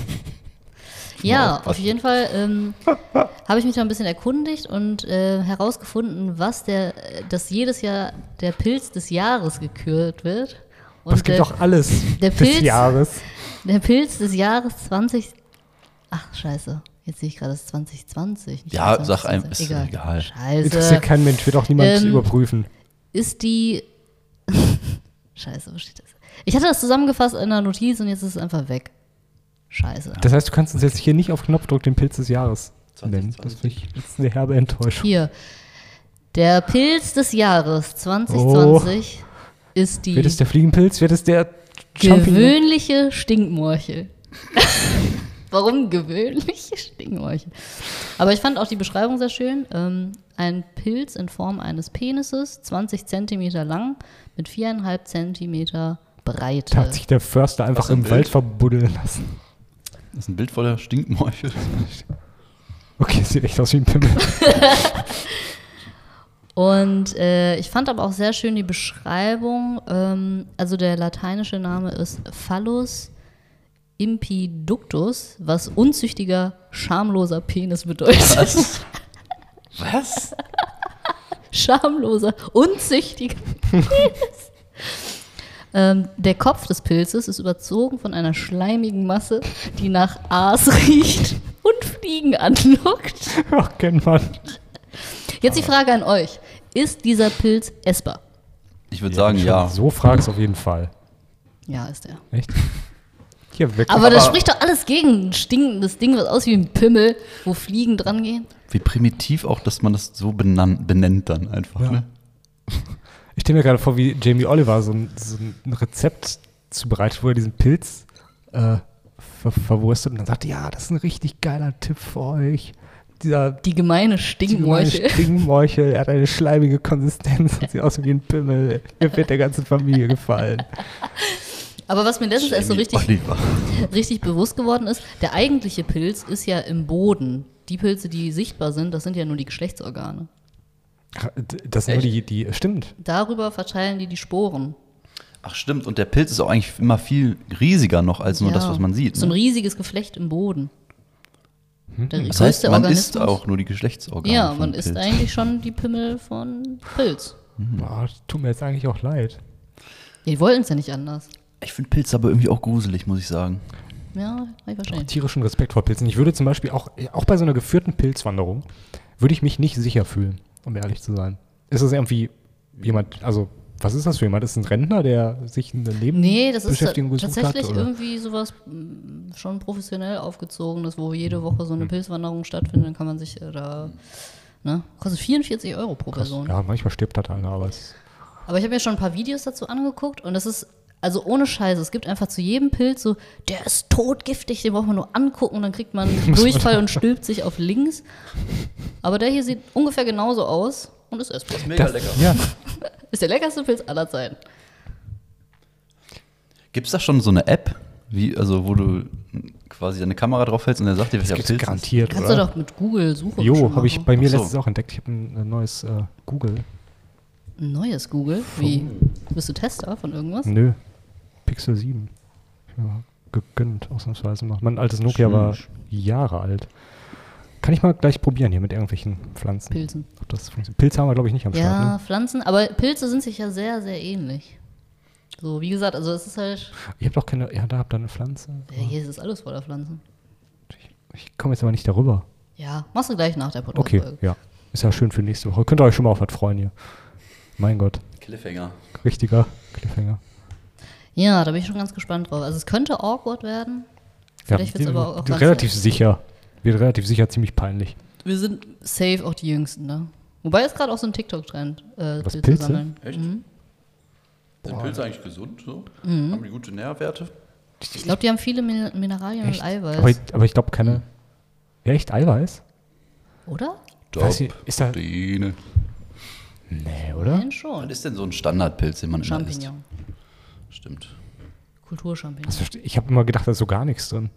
[SPEAKER 1] Ja, auf
[SPEAKER 3] aufpassen.
[SPEAKER 1] jeden Fall ähm, habe ich mich da ein bisschen erkundigt und äh, herausgefunden, was der, äh, dass jedes Jahr der Pilz des Jahres gekürt wird. Und
[SPEAKER 2] Es gibt
[SPEAKER 1] der,
[SPEAKER 2] auch alles
[SPEAKER 1] der
[SPEAKER 2] des
[SPEAKER 1] Pilz-
[SPEAKER 2] Jahres.
[SPEAKER 1] der Pilz des Jahres 20. Ach, scheiße. Jetzt sehe ich gerade, es ist 2020. Nicht
[SPEAKER 3] Ja,
[SPEAKER 1] 2020.
[SPEAKER 3] sag einem, ist
[SPEAKER 1] egal.
[SPEAKER 3] egal.
[SPEAKER 2] Interessiert
[SPEAKER 1] Scheiße.
[SPEAKER 2] kein Mensch, wird auch niemand
[SPEAKER 1] äh, ähm,
[SPEAKER 2] überprüfen.
[SPEAKER 1] Ist die. scheiße, wo steht das? Ich hatte das zusammengefasst in einer Notiz und jetzt ist es einfach weg. Scheiße.
[SPEAKER 2] Das heißt, du kannst uns jetzt hier nicht auf Knopfdruck den Pilz des Jahres nennen. Das finde ich jetzt eine herbe Enttäuschung.
[SPEAKER 1] Hier. Der Pilz des Jahres 2020 ist die
[SPEAKER 2] Oh. Wird es der Fliegenpilz? Wird es der Champignon?
[SPEAKER 1] gewöhnliche Stinkmorchel. Warum gewöhnliche Stinkmorchel? Aber ich fand auch die Beschreibung sehr schön. Ähm, ein Pilz in Form eines Penises, 20 Zentimeter lang, mit 4,5 Zentimeter Breite.
[SPEAKER 2] Da hat sich der Förster einfach
[SPEAKER 3] Was im
[SPEAKER 2] im
[SPEAKER 3] Bild?
[SPEAKER 2] Wald verbuddeln lassen.
[SPEAKER 3] Das ist ein Bild voller Stinkmorchel.
[SPEAKER 2] Okay, sieht echt aus wie ein Pimmel.
[SPEAKER 1] Und äh, ich fand aber auch sehr schön die Beschreibung. Ähm, also der lateinische Name ist Phallus impiductus, was unzüchtiger, schamloser Penis bedeutet.
[SPEAKER 3] Was? Was?
[SPEAKER 1] Schamloser, unzüchtiger Penis. ähm, der Kopf des Pilzes ist überzogen von einer schleimigen Masse, die nach Aas riecht und Fliegen anlockt.
[SPEAKER 2] Ach, kennt man.
[SPEAKER 1] Jetzt die Frage an euch. Ist dieser Pilz essbar?
[SPEAKER 3] Ich würde sagen, ja.
[SPEAKER 2] So fragst auf jeden Fall.
[SPEAKER 1] Ja, ist er.
[SPEAKER 2] Echt? Hier weg.
[SPEAKER 1] Aber, das
[SPEAKER 3] Aber-
[SPEAKER 1] spricht doch alles gegen ein stinkendes Ding, was aussieht wie ein Pimmel, wo Fliegen dran gehen.
[SPEAKER 3] Wie primitiv auch, dass man das so benan benennt dann einfach.
[SPEAKER 2] Ja.
[SPEAKER 3] Ne?
[SPEAKER 2] Ich stelle mir gerade vor, wie Jamie Oliver so ein, so ein Rezept zubereitet, wo er diesen Pilz äh, ver verwurstet und dann sagt, ja, das ist ein richtig geiler Tipp für euch. Dieser
[SPEAKER 1] Die gemeine
[SPEAKER 2] dieser
[SPEAKER 1] Stinkmorchel.
[SPEAKER 2] Stingmorchel, er hat eine schleimige Konsistenz und sieht aus wie ein Pimmel. Er wird der ganzen Familie gefallen.
[SPEAKER 1] Aber was mir letztens erst so
[SPEAKER 3] Jamie
[SPEAKER 1] richtig,
[SPEAKER 3] Oliver.
[SPEAKER 1] richtig bewusst geworden ist, der eigentliche Pilz ist ja im Boden. Die Pilze, die sichtbar sind, das sind ja nur die Geschlechtsorgane.
[SPEAKER 2] Das sind nur
[SPEAKER 3] Echt?
[SPEAKER 2] die, die, stimmt.
[SPEAKER 1] Darüber verteilen die die Sporen.
[SPEAKER 3] Ach stimmt, und der Pilz ist auch eigentlich immer viel riesiger noch als nur
[SPEAKER 1] Ja.
[SPEAKER 3] das, was man sieht.
[SPEAKER 1] So ein
[SPEAKER 3] Ne? Hm?
[SPEAKER 1] riesiges Geflecht im Boden. Der
[SPEAKER 3] Das heißt,
[SPEAKER 1] größte
[SPEAKER 3] man
[SPEAKER 1] Organismus-
[SPEAKER 3] isst auch nur die Geschlechtsorgane.
[SPEAKER 1] Ja,
[SPEAKER 3] vom
[SPEAKER 1] man isst
[SPEAKER 3] Pilz.
[SPEAKER 1] eigentlich schon die Pimmel von Pilz.
[SPEAKER 2] Boah, Ah, tut mir jetzt eigentlich auch leid.
[SPEAKER 1] Die wollten es ja nicht anders.
[SPEAKER 3] Ich finde Pilze aber irgendwie auch gruselig, muss ich sagen.
[SPEAKER 1] Ja, wahrscheinlich.
[SPEAKER 2] tierischen Respekt vor Pilzen. Ich würde zum Beispiel auch, auch bei so einer geführten Pilzwanderung, würde ich mich nicht sicher fühlen, um ehrlich zu sein. Ist das irgendwie jemand, also was ist das für jemand? Ist es ein Rentner, der sich eine Leben
[SPEAKER 1] Nee, das ist ta-
[SPEAKER 2] Beschäftigung gesucht hat?
[SPEAKER 1] tatsächlich
[SPEAKER 2] Oder?
[SPEAKER 1] irgendwie sowas mm, schon professionell aufgezogenes, wo jede Woche so
[SPEAKER 2] Hm.
[SPEAKER 1] eine Pilzwanderung stattfindet, dann kann man sich äh, da, ne, kostet 44 Euro pro Person.
[SPEAKER 2] Ja, manchmal stirbt das einer, aber es
[SPEAKER 1] Aber ich habe mir schon ein paar Videos dazu angeguckt und das ist, also ohne Scheiße, es gibt einfach zu jedem Pilz so, der ist totgiftig, den braucht man nur angucken und dann kriegt man Durchfall und stülpt sich auf links. Aber der hier sieht ungefähr genauso aus und ist essbar.
[SPEAKER 3] Mega
[SPEAKER 2] Das- Ja,
[SPEAKER 1] Ist der leckerste Pilz aller Zeiten.
[SPEAKER 3] Gibt es da schon so eine App, Wie, also wo du quasi deine Kamera drauf hältst und er sagt dir,
[SPEAKER 2] Das
[SPEAKER 3] welcher
[SPEAKER 2] gibt's
[SPEAKER 3] Pilz. ist.
[SPEAKER 2] garantiert,
[SPEAKER 1] Kannst
[SPEAKER 2] oder?
[SPEAKER 1] du doch mit Google Suche
[SPEAKER 2] Jo,
[SPEAKER 1] schon
[SPEAKER 2] habe ich
[SPEAKER 1] machen.
[SPEAKER 2] bei mir
[SPEAKER 3] Ach so.
[SPEAKER 2] letztens auch entdeckt. Ich habe ein äh, neues äh, Google.
[SPEAKER 1] Ein Neues Google? Wie? Bist du Tester von irgendwas?
[SPEAKER 2] Nö. Pixel 7. Ja, gegönnt, ausnahmsweise mal. Mein altes Nokia war
[SPEAKER 3] Schön.
[SPEAKER 2] Jahre alt. Kann ich mal gleich probieren hier mit irgendwelchen Pflanzen.
[SPEAKER 1] Pilzen.
[SPEAKER 2] Ob das funktioniert. Pilze haben wir, glaube ich, nicht am Start.
[SPEAKER 1] Ja, Pflanzen, aber Pilze sind sich ja sehr, sehr ähnlich. So, wie gesagt, also es ist halt,
[SPEAKER 2] Ne? Ihr habt doch keine. Ja, da habt ihr eine Pflanze.
[SPEAKER 1] ja, hier ist es alles voller Pflanzen.
[SPEAKER 2] Ich komme jetzt aber nicht darüber.
[SPEAKER 1] Ja, machst du gleich nach der
[SPEAKER 2] Okay,
[SPEAKER 1] Podcast-Folge.
[SPEAKER 2] ja. Ist ja schön für nächste Woche. Könnt ihr euch schon mal auf was freuen hier. Mein Gott.
[SPEAKER 3] Cliffhanger.
[SPEAKER 2] Richtiger Cliffhanger.
[SPEAKER 1] Ja, da bin ich schon ganz gespannt drauf. Also es könnte awkward werden. Vielleicht wird's aber auch- auch ganz
[SPEAKER 2] relativ sicher. Wird relativ sicher ziemlich peinlich.
[SPEAKER 1] Wir sind safe auch die Jüngsten, ne? Wobei ist gerade auch so ein TikTok-Trend, äh,
[SPEAKER 2] Was,
[SPEAKER 1] Pilze,
[SPEAKER 2] Pilze?
[SPEAKER 1] sammeln.
[SPEAKER 3] Echt? Sind Pilze eigentlich gesund? So? Haben die gute Nährwerte?
[SPEAKER 1] Ich glaube, die haben viele Min Mineralien
[SPEAKER 2] Echt?
[SPEAKER 1] und Eiweiß.
[SPEAKER 2] Aber, ich- aber ich glaube keine. Ja, echt Eiweiß?
[SPEAKER 1] oder?
[SPEAKER 2] Weiß ich- ist da-
[SPEAKER 3] Dine.
[SPEAKER 2] Nee, oder?
[SPEAKER 1] Nein,
[SPEAKER 3] Was
[SPEAKER 1] schon.
[SPEAKER 3] ist denn so ein Standardpilz, den man immer isst?
[SPEAKER 1] Champignon.
[SPEAKER 3] Stimmt.
[SPEAKER 1] Kulturchampignon.
[SPEAKER 2] Das verste- Ich habe immer gedacht, da ist so gar nichts drin.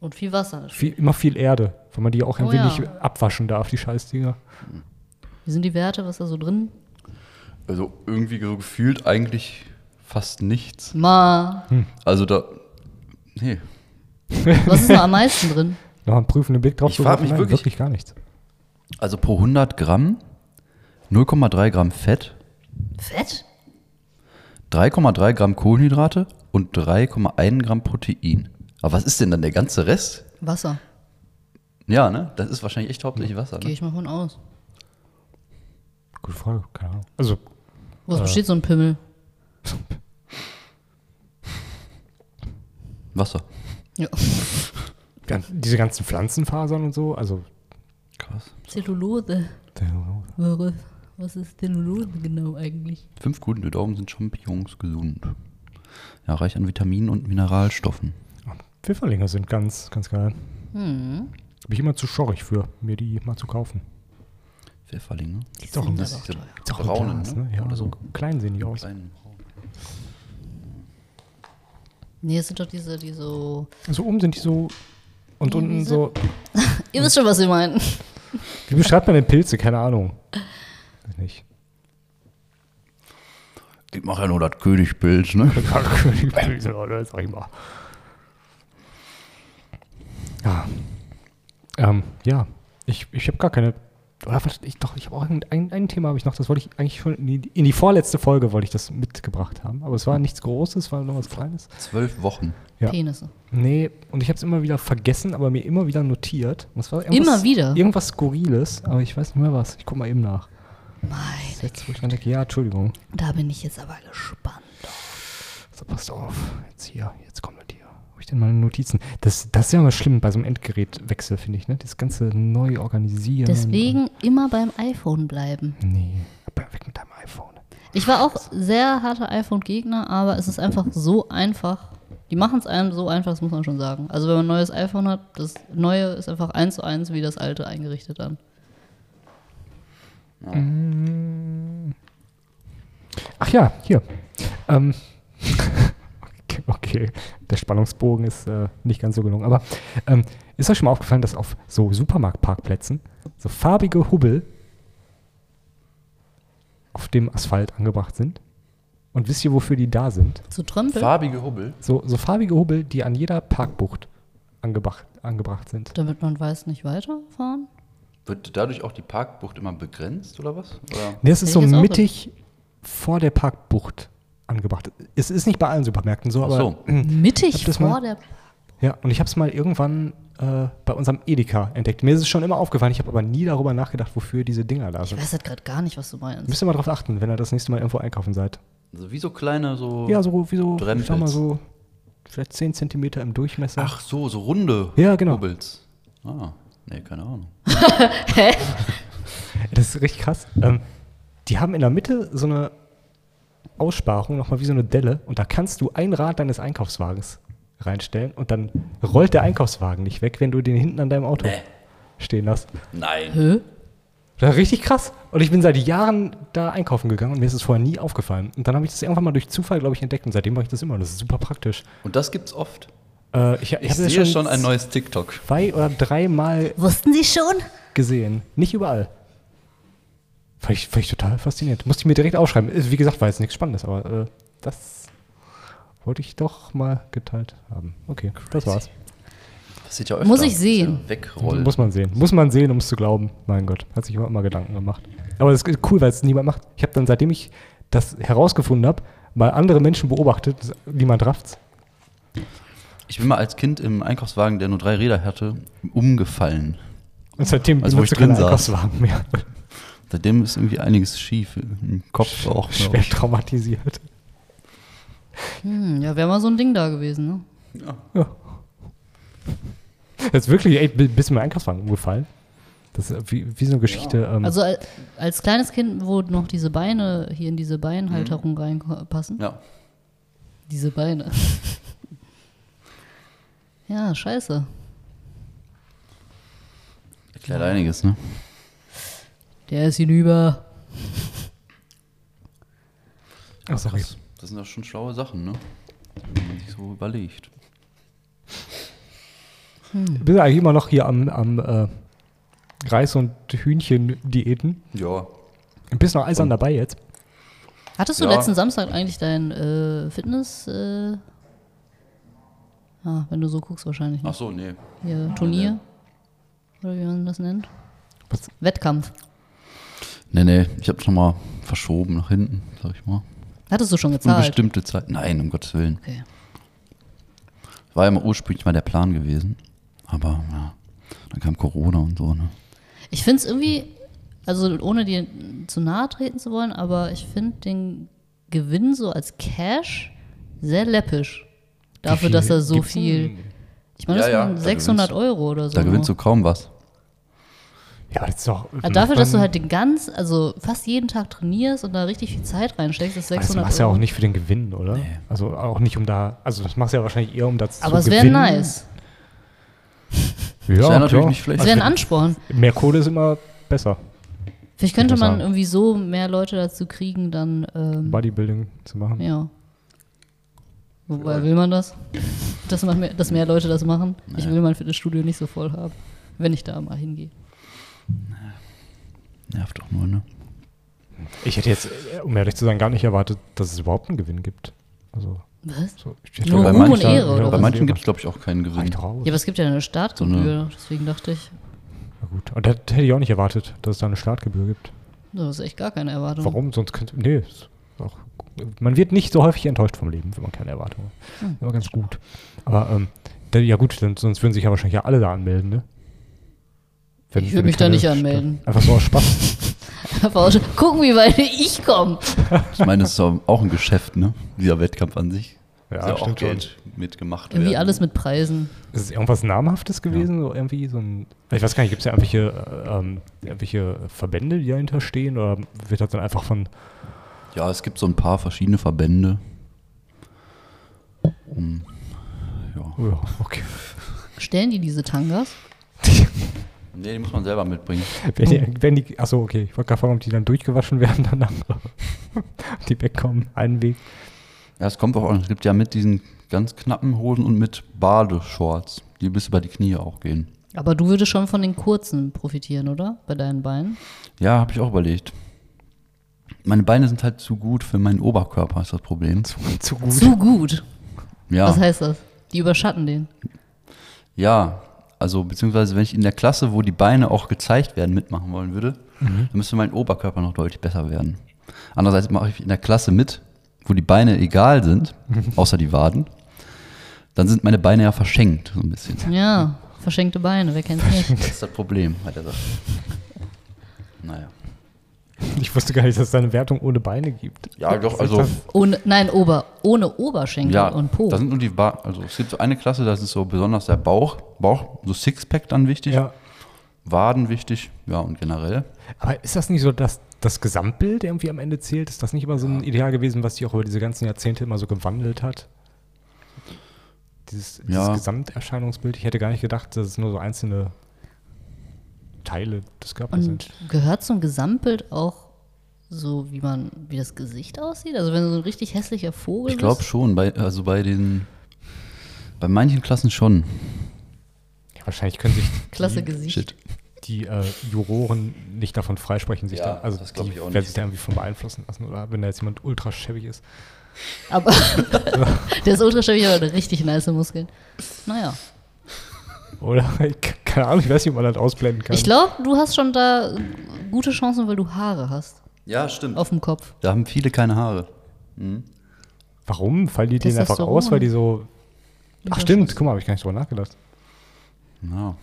[SPEAKER 1] Und viel Wasser. natürlich.
[SPEAKER 2] Viel, immer viel Erde, weil man die auch ein
[SPEAKER 1] Oh ja.
[SPEAKER 2] wenig abwaschen darf, die Scheißdinger.
[SPEAKER 1] Wie sind die Werte, was da so drin?
[SPEAKER 3] Also irgendwie so gefühlt eigentlich fast nichts.
[SPEAKER 1] Ma,
[SPEAKER 3] Also da. Nee.
[SPEAKER 1] was ist noch am meisten drin?
[SPEAKER 2] Nochmal einen prüfenden Blick drauf
[SPEAKER 3] Ich frag mich
[SPEAKER 2] Nein,
[SPEAKER 3] wirklich-
[SPEAKER 2] wirklich gar nichts.
[SPEAKER 3] Also pro 100 Gramm 0,3 Gramm Fett,
[SPEAKER 1] Fett?
[SPEAKER 3] 3,3 Gramm Kohlenhydrate und 3,1 Gramm Protein. Aber was ist denn dann der ganze Rest?
[SPEAKER 1] Wasser.
[SPEAKER 3] Ja, ne? Das ist wahrscheinlich echt hauptsächlich Wasser.
[SPEAKER 1] Gehe
[SPEAKER 3] Ne?
[SPEAKER 1] ich mal von aus.
[SPEAKER 2] Gute Frage, keine Ahnung. Also,
[SPEAKER 1] Was besteht so ein Pimmel?
[SPEAKER 3] Wasser.
[SPEAKER 1] Ja.
[SPEAKER 2] gan- diese ganzen Pflanzenfasern und so, also.
[SPEAKER 3] Krass.
[SPEAKER 1] Zellulose. Worauf- Was ist Zellulose genau eigentlich?
[SPEAKER 3] Fünf guten Daumen sind Champignons gesund. Ja, reich an Vitaminen und Mineralstoffen.
[SPEAKER 2] Pfifferlinge sind ganz, ganz geil.
[SPEAKER 1] Hm.
[SPEAKER 2] Bin ich immer zu schorrig für, mir die mal zu kaufen.
[SPEAKER 3] Pfefferlinge.
[SPEAKER 1] Die sind
[SPEAKER 2] doch ein-
[SPEAKER 1] aber
[SPEAKER 3] Das
[SPEAKER 1] auch
[SPEAKER 3] ist ne? diese
[SPEAKER 1] teuer.
[SPEAKER 2] Ist auch
[SPEAKER 3] braunen,
[SPEAKER 2] Glas,
[SPEAKER 3] ne?
[SPEAKER 2] ne? Ja,
[SPEAKER 3] Oder
[SPEAKER 2] so
[SPEAKER 3] so.
[SPEAKER 2] klein sehen die aus.
[SPEAKER 3] kleinen braunen.
[SPEAKER 1] Nee, es sind doch diese, die so.
[SPEAKER 2] Also oben sind die so und
[SPEAKER 1] Ja, wie
[SPEAKER 2] unten
[SPEAKER 1] so-
[SPEAKER 2] so.
[SPEAKER 1] Ihr wisst schon, was wir meinen.
[SPEAKER 2] Wie beschreibt man denn Pilze? Keine Ahnung. Weiß Nicht.
[SPEAKER 3] Ich mache ja nur das Königpilz, ne?
[SPEAKER 2] Pilze, oder? Sag ich mal. Ja. Ähm, ja. Ich, ich habe gar keine. Oder was, ich, doch, ich habe auch ein, ein, ein Thema habe ich noch, das wollte ich eigentlich schon in die, in die vorletzte Folge wollte ich das mitgebracht haben. Aber es war nichts Großes, war nur was Kleines.
[SPEAKER 3] Zwölf Wochen.
[SPEAKER 2] Ja.
[SPEAKER 1] Penisse.
[SPEAKER 2] Nee, und ich habe es immer wieder vergessen, aber mir immer wieder notiert. Und es war
[SPEAKER 1] Immer wieder?
[SPEAKER 2] Irgendwas Skurriles, aber ich weiß nicht mehr was. Ich guck mal eben nach.
[SPEAKER 1] Meine.
[SPEAKER 2] Jetzt, wo ich dann denke, ja, Entschuldigung.
[SPEAKER 1] Da bin ich jetzt aber gespannt.
[SPEAKER 2] So, passt auf. Jetzt hier, jetzt kommt das hier. Wo hab ich denn meine Notizen? Das, das ist ja immer schlimm bei so einem Endgerätwechsel, finde ich, ne? Das ganze neu organisieren.
[SPEAKER 1] Deswegen immer beim iPhone bleiben.
[SPEAKER 2] Und, nee, aber weg mit deinem iPhone.
[SPEAKER 1] Ich war auch sehr harter iPhone-Gegner, aber es ist einfach so einfach. Die machen es einem so einfach, das muss man schon sagen. Also wenn man ein neues iPhone hat, das neue ist einfach eins zu eins wie das alte eingerichtet dann.
[SPEAKER 2] Ach ja, hier. Ähm. okay, okay, der Spannungsbogen ist äh, nicht ganz so gelungen. Aber ähm, ist euch schon mal aufgefallen, dass auf so Supermarktparkplätzen so farbige Hubbel auf dem Asphalt angebracht sind? Und wisst ihr, wofür die da sind?
[SPEAKER 1] Zu Trömpel,
[SPEAKER 3] Farbige Hubbel.
[SPEAKER 2] So, so farbige Hubbel, die an jeder Parkbucht angebracht, angebracht sind.
[SPEAKER 1] damit man weiß, nicht weiterfahren.
[SPEAKER 3] Wird dadurch auch die Parkbucht immer begrenzt oder was? Oder?
[SPEAKER 2] Nee, es ist so
[SPEAKER 1] Hätte ich jetzt auch
[SPEAKER 2] mittig vor der Parkbucht angebracht. Es ist nicht bei allen Supermärkten so,
[SPEAKER 3] Ach
[SPEAKER 2] aber
[SPEAKER 3] so.
[SPEAKER 1] Mittig
[SPEAKER 2] Habt ihr's
[SPEAKER 1] vor
[SPEAKER 2] mal-
[SPEAKER 1] der
[SPEAKER 2] Ja, und ich habe es mal irgendwann äh, bei unserem Edeka entdeckt. Mir ist es schon immer aufgefallen, ich habe aber nie darüber nachgedacht, wofür diese Dinger da
[SPEAKER 1] Ich
[SPEAKER 2] sind.
[SPEAKER 1] weiß halt gerade gar nicht, was du meinst.
[SPEAKER 2] Müsst ihr mal drauf achten, wenn ihr das nächste Mal irgendwo einkaufen seid.
[SPEAKER 3] Also wie so kleine, so.
[SPEAKER 2] Ja, so wie so, ich sag mal
[SPEAKER 3] Drempels.
[SPEAKER 2] so, vielleicht 10 Zentimeter im Durchmesser.
[SPEAKER 3] Ach so, so runde
[SPEAKER 2] Ne? Ja, genau.
[SPEAKER 3] Hubbels. Ah, nee, keine Ahnung.
[SPEAKER 2] Das ist richtig krass. Ähm, die haben in der Mitte so eine Aussparung, nochmal wie so eine Delle, und da kannst du ein Rad deines Einkaufswagens reinstellen und dann rollt der Einkaufswagen nicht weg, wenn du den hinten an deinem Auto
[SPEAKER 3] Nee.
[SPEAKER 2] stehen hast.
[SPEAKER 3] Nein.
[SPEAKER 1] Hä?
[SPEAKER 2] Das war richtig krass. Und ich bin seit Jahren da einkaufen gegangen und mir ist es vorher nie aufgefallen. Und dann habe ich das irgendwann mal durch Zufall, glaube ich, entdeckt und seitdem mache ich das immer. Das ist super praktisch.
[SPEAKER 3] Und das gibt's oft.
[SPEAKER 2] Äh, ich ich,
[SPEAKER 3] Ich
[SPEAKER 2] habe das
[SPEAKER 3] sehe schon, ein
[SPEAKER 2] neues.
[SPEAKER 3] neues TikTok.
[SPEAKER 2] zwei oder dreimal
[SPEAKER 1] Wussten Sie schon?
[SPEAKER 2] gesehen. Nicht überall. Fand ich, fand ich total fasziniert. Musste ich mir direkt aufschreiben. Ist, Wie gesagt, war jetzt nichts Spannendes, aber äh, das wollte ich doch mal geteilt haben. Okay, das war's.
[SPEAKER 3] Das sieht ja öfter.
[SPEAKER 1] Muss ich sehen.
[SPEAKER 3] Ja, Wegrollen.
[SPEAKER 2] Muss man sehen. Muss man sehen, um es zu glauben. Mein Gott, hat sich jemand mal Gedanken gemacht. Aber das ist cool, weil es niemand macht. Ich habe dann, seitdem ich das herausgefunden habe, mal andere Menschen beobachtet. Niemand rafft's.
[SPEAKER 3] ich bin mal als Kind im Einkaufswagen, der nur drei Räder hatte, umgefallen.
[SPEAKER 2] Und seitdem
[SPEAKER 3] Also, wo
[SPEAKER 2] benutzt
[SPEAKER 3] ich
[SPEAKER 2] du
[SPEAKER 3] drin
[SPEAKER 2] keinen
[SPEAKER 3] saß.
[SPEAKER 2] Einkaufswagen mehr.
[SPEAKER 3] Seitdem ist irgendwie einiges schief. Im Kopf auch. glaub
[SPEAKER 2] Schwer
[SPEAKER 3] ich.
[SPEAKER 2] traumatisiert.
[SPEAKER 1] Hm, ja, wäre mal so ein Ding da gewesen, ne?
[SPEAKER 2] Jetzt wirklich, ey, bi- bist du mir Einkaufswagen umgefallen? Das ist äh, wie, wie so eine Geschichte. Ähm,
[SPEAKER 1] Also al- als kleines Kind, wo noch diese Beine hier in diese Beinhalterung reinpassen.
[SPEAKER 3] Ja.
[SPEAKER 1] Diese Beine. ja, scheiße.
[SPEAKER 3] Erklärt einiges, ne?
[SPEAKER 1] Der ist hinüber.
[SPEAKER 2] ach, sorry.
[SPEAKER 3] Krass. Das sind doch schon schlaue Sachen, ne? Wenn man sich so überlegt. Hm.
[SPEAKER 2] Bist du eigentlich immer noch hier am, am äh, Reis- und Hühnchen-Diäten?
[SPEAKER 3] Ja.
[SPEAKER 2] Bist noch eisern dabei jetzt?
[SPEAKER 1] Hattest du
[SPEAKER 3] Ja.
[SPEAKER 1] letzten Samstag eigentlich dein äh, Fitness, äh, ja, wenn du so guckst wahrscheinlich, ne?
[SPEAKER 3] Ach so, nee.
[SPEAKER 1] Hier, Turnier? Oder wie man das nennt?
[SPEAKER 2] Was?
[SPEAKER 1] Wettkampf.
[SPEAKER 3] Nee, nee. Ich hab's nochmal verschoben nach hinten, sag ich mal.
[SPEAKER 1] Hattest du schon
[SPEAKER 3] Eine
[SPEAKER 1] gezahlt?
[SPEAKER 3] bestimmte Zeit. Nein, um Gottes Willen.
[SPEAKER 1] Okay.
[SPEAKER 3] War ja mal ursprünglich mal der Plan gewesen. Aber ja, dann kam Corona und so, ne?
[SPEAKER 1] Ich finde es irgendwie, also ohne dir zu nahe treten zu wollen, aber ich finde den Gewinn so als Cash sehr läppisch. Dafür, dass er so
[SPEAKER 2] Gibt's
[SPEAKER 1] viel.
[SPEAKER 2] denn-
[SPEAKER 1] Ich meine, das
[SPEAKER 3] Ja, ja,
[SPEAKER 1] waren
[SPEAKER 3] da
[SPEAKER 1] 600
[SPEAKER 3] gewinnst
[SPEAKER 1] Euro oder so.
[SPEAKER 3] Da gewinnst du kaum was.
[SPEAKER 2] Ja, das ist doch.
[SPEAKER 1] Aber dafür, dass du
[SPEAKER 2] man-
[SPEAKER 1] halt den ganz, also fast jeden Tag trainierst und da richtig viel Zeit reinsteckst, ist
[SPEAKER 2] Aber Das
[SPEAKER 1] 600
[SPEAKER 2] machst du Also ja
[SPEAKER 1] Euro.
[SPEAKER 2] auch nicht für den Gewinn, oder?
[SPEAKER 3] Nee.
[SPEAKER 2] Also auch nicht um da. Also das machst du ja wahrscheinlich eher um das
[SPEAKER 1] aber es
[SPEAKER 2] zu
[SPEAKER 1] wäre
[SPEAKER 2] gewinnen.
[SPEAKER 1] nice.
[SPEAKER 2] Ja,
[SPEAKER 3] Das wär natürlich
[SPEAKER 2] klar.
[SPEAKER 3] nicht schlecht.
[SPEAKER 1] Es
[SPEAKER 2] Also
[SPEAKER 1] wäre ein Ansporn.
[SPEAKER 2] mehr Kohle ist immer besser,
[SPEAKER 1] Vielleicht könnte
[SPEAKER 2] Interessant.
[SPEAKER 1] man irgendwie so mehr Leute dazu kriegen, dann. Ähm,
[SPEAKER 2] Bodybuilding zu machen.
[SPEAKER 1] Ja. Wobei will man das? Dass, man mehr, dass mehr Leute das machen? Ich will mein Fitnessstudio nicht so voll haben, wenn ich da mal hingehe.
[SPEAKER 3] Nervt doch nur, ne?
[SPEAKER 2] Ich hätte jetzt, äh, um ehrlich zu sein, gar nicht erwartet, dass es überhaupt einen Gewinn gibt. Also
[SPEAKER 1] Was?
[SPEAKER 2] so, ich hätte
[SPEAKER 1] Nur
[SPEAKER 3] bei
[SPEAKER 1] Ruhm und
[SPEAKER 3] manchen,
[SPEAKER 1] Ehre, oder
[SPEAKER 3] bei
[SPEAKER 1] was?
[SPEAKER 3] manchen gibt es, glaube ich, auch keinen Gewinn.
[SPEAKER 2] Reicht raus.
[SPEAKER 1] Ja, aber es gibt ja eine Startgebühr, deswegen dachte ich,
[SPEAKER 2] Na gut. Und das hätte ich auch nicht erwartet, dass es da eine Startgebühr gibt.
[SPEAKER 1] das ist echt gar keine Erwartung.
[SPEAKER 2] Warum? Sonst könnte. Nee, ist auch, man wird nicht so häufig enttäuscht vom Leben, wenn man keine Erwartungen hat.
[SPEAKER 1] Hm.
[SPEAKER 2] Aber ganz gut. Aber ähm, da, ja gut, dann, sonst würden sich ja wahrscheinlich ja alle da anmelden, ne? Wenn-
[SPEAKER 1] Ich
[SPEAKER 2] wenn
[SPEAKER 1] würd mich da
[SPEAKER 2] keine
[SPEAKER 1] nicht
[SPEAKER 2] Sta-
[SPEAKER 1] anmelden.
[SPEAKER 2] Einfach so aus Spaß.
[SPEAKER 1] Warum? Gucken, wie weit ich komme.
[SPEAKER 3] Ich meine, das ist auch ein Geschäft, ne? Dieser Wettkampf an sich.
[SPEAKER 2] Ja,
[SPEAKER 3] Ist auch
[SPEAKER 2] stimmt schon.
[SPEAKER 3] Geld mitgemacht
[SPEAKER 1] Irgendwie
[SPEAKER 3] werden.
[SPEAKER 1] alles mit Preisen.
[SPEAKER 2] Ist es irgendwas Namhaftes gewesen? So irgendwie so ein. Ich weiß gar nicht, gibt es ja irgendwelche, äh, ähm, irgendwelche Verbände, die dahinter stehen? Oder wird das dann einfach von.
[SPEAKER 3] Ja, es gibt so ein paar verschiedene Verbände. Um, ja.
[SPEAKER 2] oh Ja, okay.
[SPEAKER 1] Stellen die diese Tangas?
[SPEAKER 3] Nee, die muss man selber mitbringen.
[SPEAKER 2] Wenn die, wenn die, achso, okay, ich wollte gerade fragen, ob die dann durchgewaschen werden danach. die wegkommen, einen Weg.
[SPEAKER 3] Ja, es kommt auch an. Es gibt ja mit diesen ganz knappen Hosen und mit Badeshorts, die bis über die Knie auch gehen.
[SPEAKER 1] Aber du würdest schon von den kurzen profitieren, oder? Bei deinen Beinen?
[SPEAKER 3] Ja, habe ich auch überlegt. Meine Beine sind halt zu gut für meinen Oberkörper, ist das Problem.
[SPEAKER 2] Zu gut.
[SPEAKER 1] Zu gut.
[SPEAKER 3] Ja,
[SPEAKER 1] Was heißt das? Die überschatten den.
[SPEAKER 3] ja. Also, beziehungsweise, wenn ich in der Klasse, wo die Beine auch gezeigt werden, mitmachen wollen würde, dann müsste mein Oberkörper noch deutlich besser werden. Andererseits mache ich in der Klasse mit, wo die Beine egal sind, außer die Waden. Dann sind meine Beine ja verschenkt, so ein bisschen.
[SPEAKER 1] Ja, verschenkte Beine, wer kennt's nicht?
[SPEAKER 3] Das ist das Problem bei der Sache. Naja.
[SPEAKER 2] Ich wusste gar nicht, dass es da eine Wertung ohne Beine gibt.
[SPEAKER 3] Ja, doch, also.
[SPEAKER 1] Ohne, nein, Ober, ohne Oberschenkel
[SPEAKER 3] Ja,
[SPEAKER 1] und Po.
[SPEAKER 3] da sind nur die ba also es gibt so eine Klasse, das ist so besonders der Bauch, Bauch, so Sixpack dann wichtig,
[SPEAKER 2] Ja.
[SPEAKER 3] Waden wichtig, ja und generell.
[SPEAKER 2] Aber ist das nicht so, dass das Gesamtbild irgendwie am Ende zählt? Ist das nicht immer so ein Ideal gewesen, was sich auch über diese ganzen Jahrzehnte immer so gewandelt hat? Dieses, dieses
[SPEAKER 3] Ja.
[SPEAKER 2] Gesamterscheinungsbild. Ich hätte gar nicht gedacht, dass es nur so einzelne Teile des Körpers
[SPEAKER 1] Und
[SPEAKER 2] sind.
[SPEAKER 1] gehört zum Gesamtbild auch so, wie man, wie das Gesicht aussieht? Also wenn du so ein richtig hässlicher Vogel
[SPEAKER 3] Ich glaube
[SPEAKER 1] bist.
[SPEAKER 3] schon, bei, also bei den, bei manchen Klassen schon.
[SPEAKER 2] Ja, wahrscheinlich können sich
[SPEAKER 1] Klasse
[SPEAKER 2] die,
[SPEAKER 1] Gesicht.
[SPEAKER 3] Shit.
[SPEAKER 2] die äh, Juroren nicht davon freisprechen, sich
[SPEAKER 3] Ja,
[SPEAKER 2] da, also
[SPEAKER 3] das glaub
[SPEAKER 2] die
[SPEAKER 3] ich auch
[SPEAKER 2] werden
[SPEAKER 3] nicht.
[SPEAKER 2] sich da irgendwie von beeinflussen lassen. Oder wenn da jetzt jemand ultra schäbig ist.
[SPEAKER 1] Aber der ist ultraschäbig, aber der hat richtig nice Muskeln. Naja.
[SPEAKER 2] Oder ich, keine Ahnung, ich weiß nicht, ob man das ausblenden kann.
[SPEAKER 1] Ich glaube, du hast schon da äh, gute Chancen, weil du Haare hast
[SPEAKER 3] Ja, stimmt.
[SPEAKER 1] auf dem Kopf.
[SPEAKER 3] Da haben viele keine Haare. Mhm.
[SPEAKER 2] Warum? Fallen die denen einfach
[SPEAKER 1] Testosteron.
[SPEAKER 2] aus, weil die so. Ach stimmt, guck mal, habe ich gar nicht drüber nachgedacht.
[SPEAKER 3] Ja.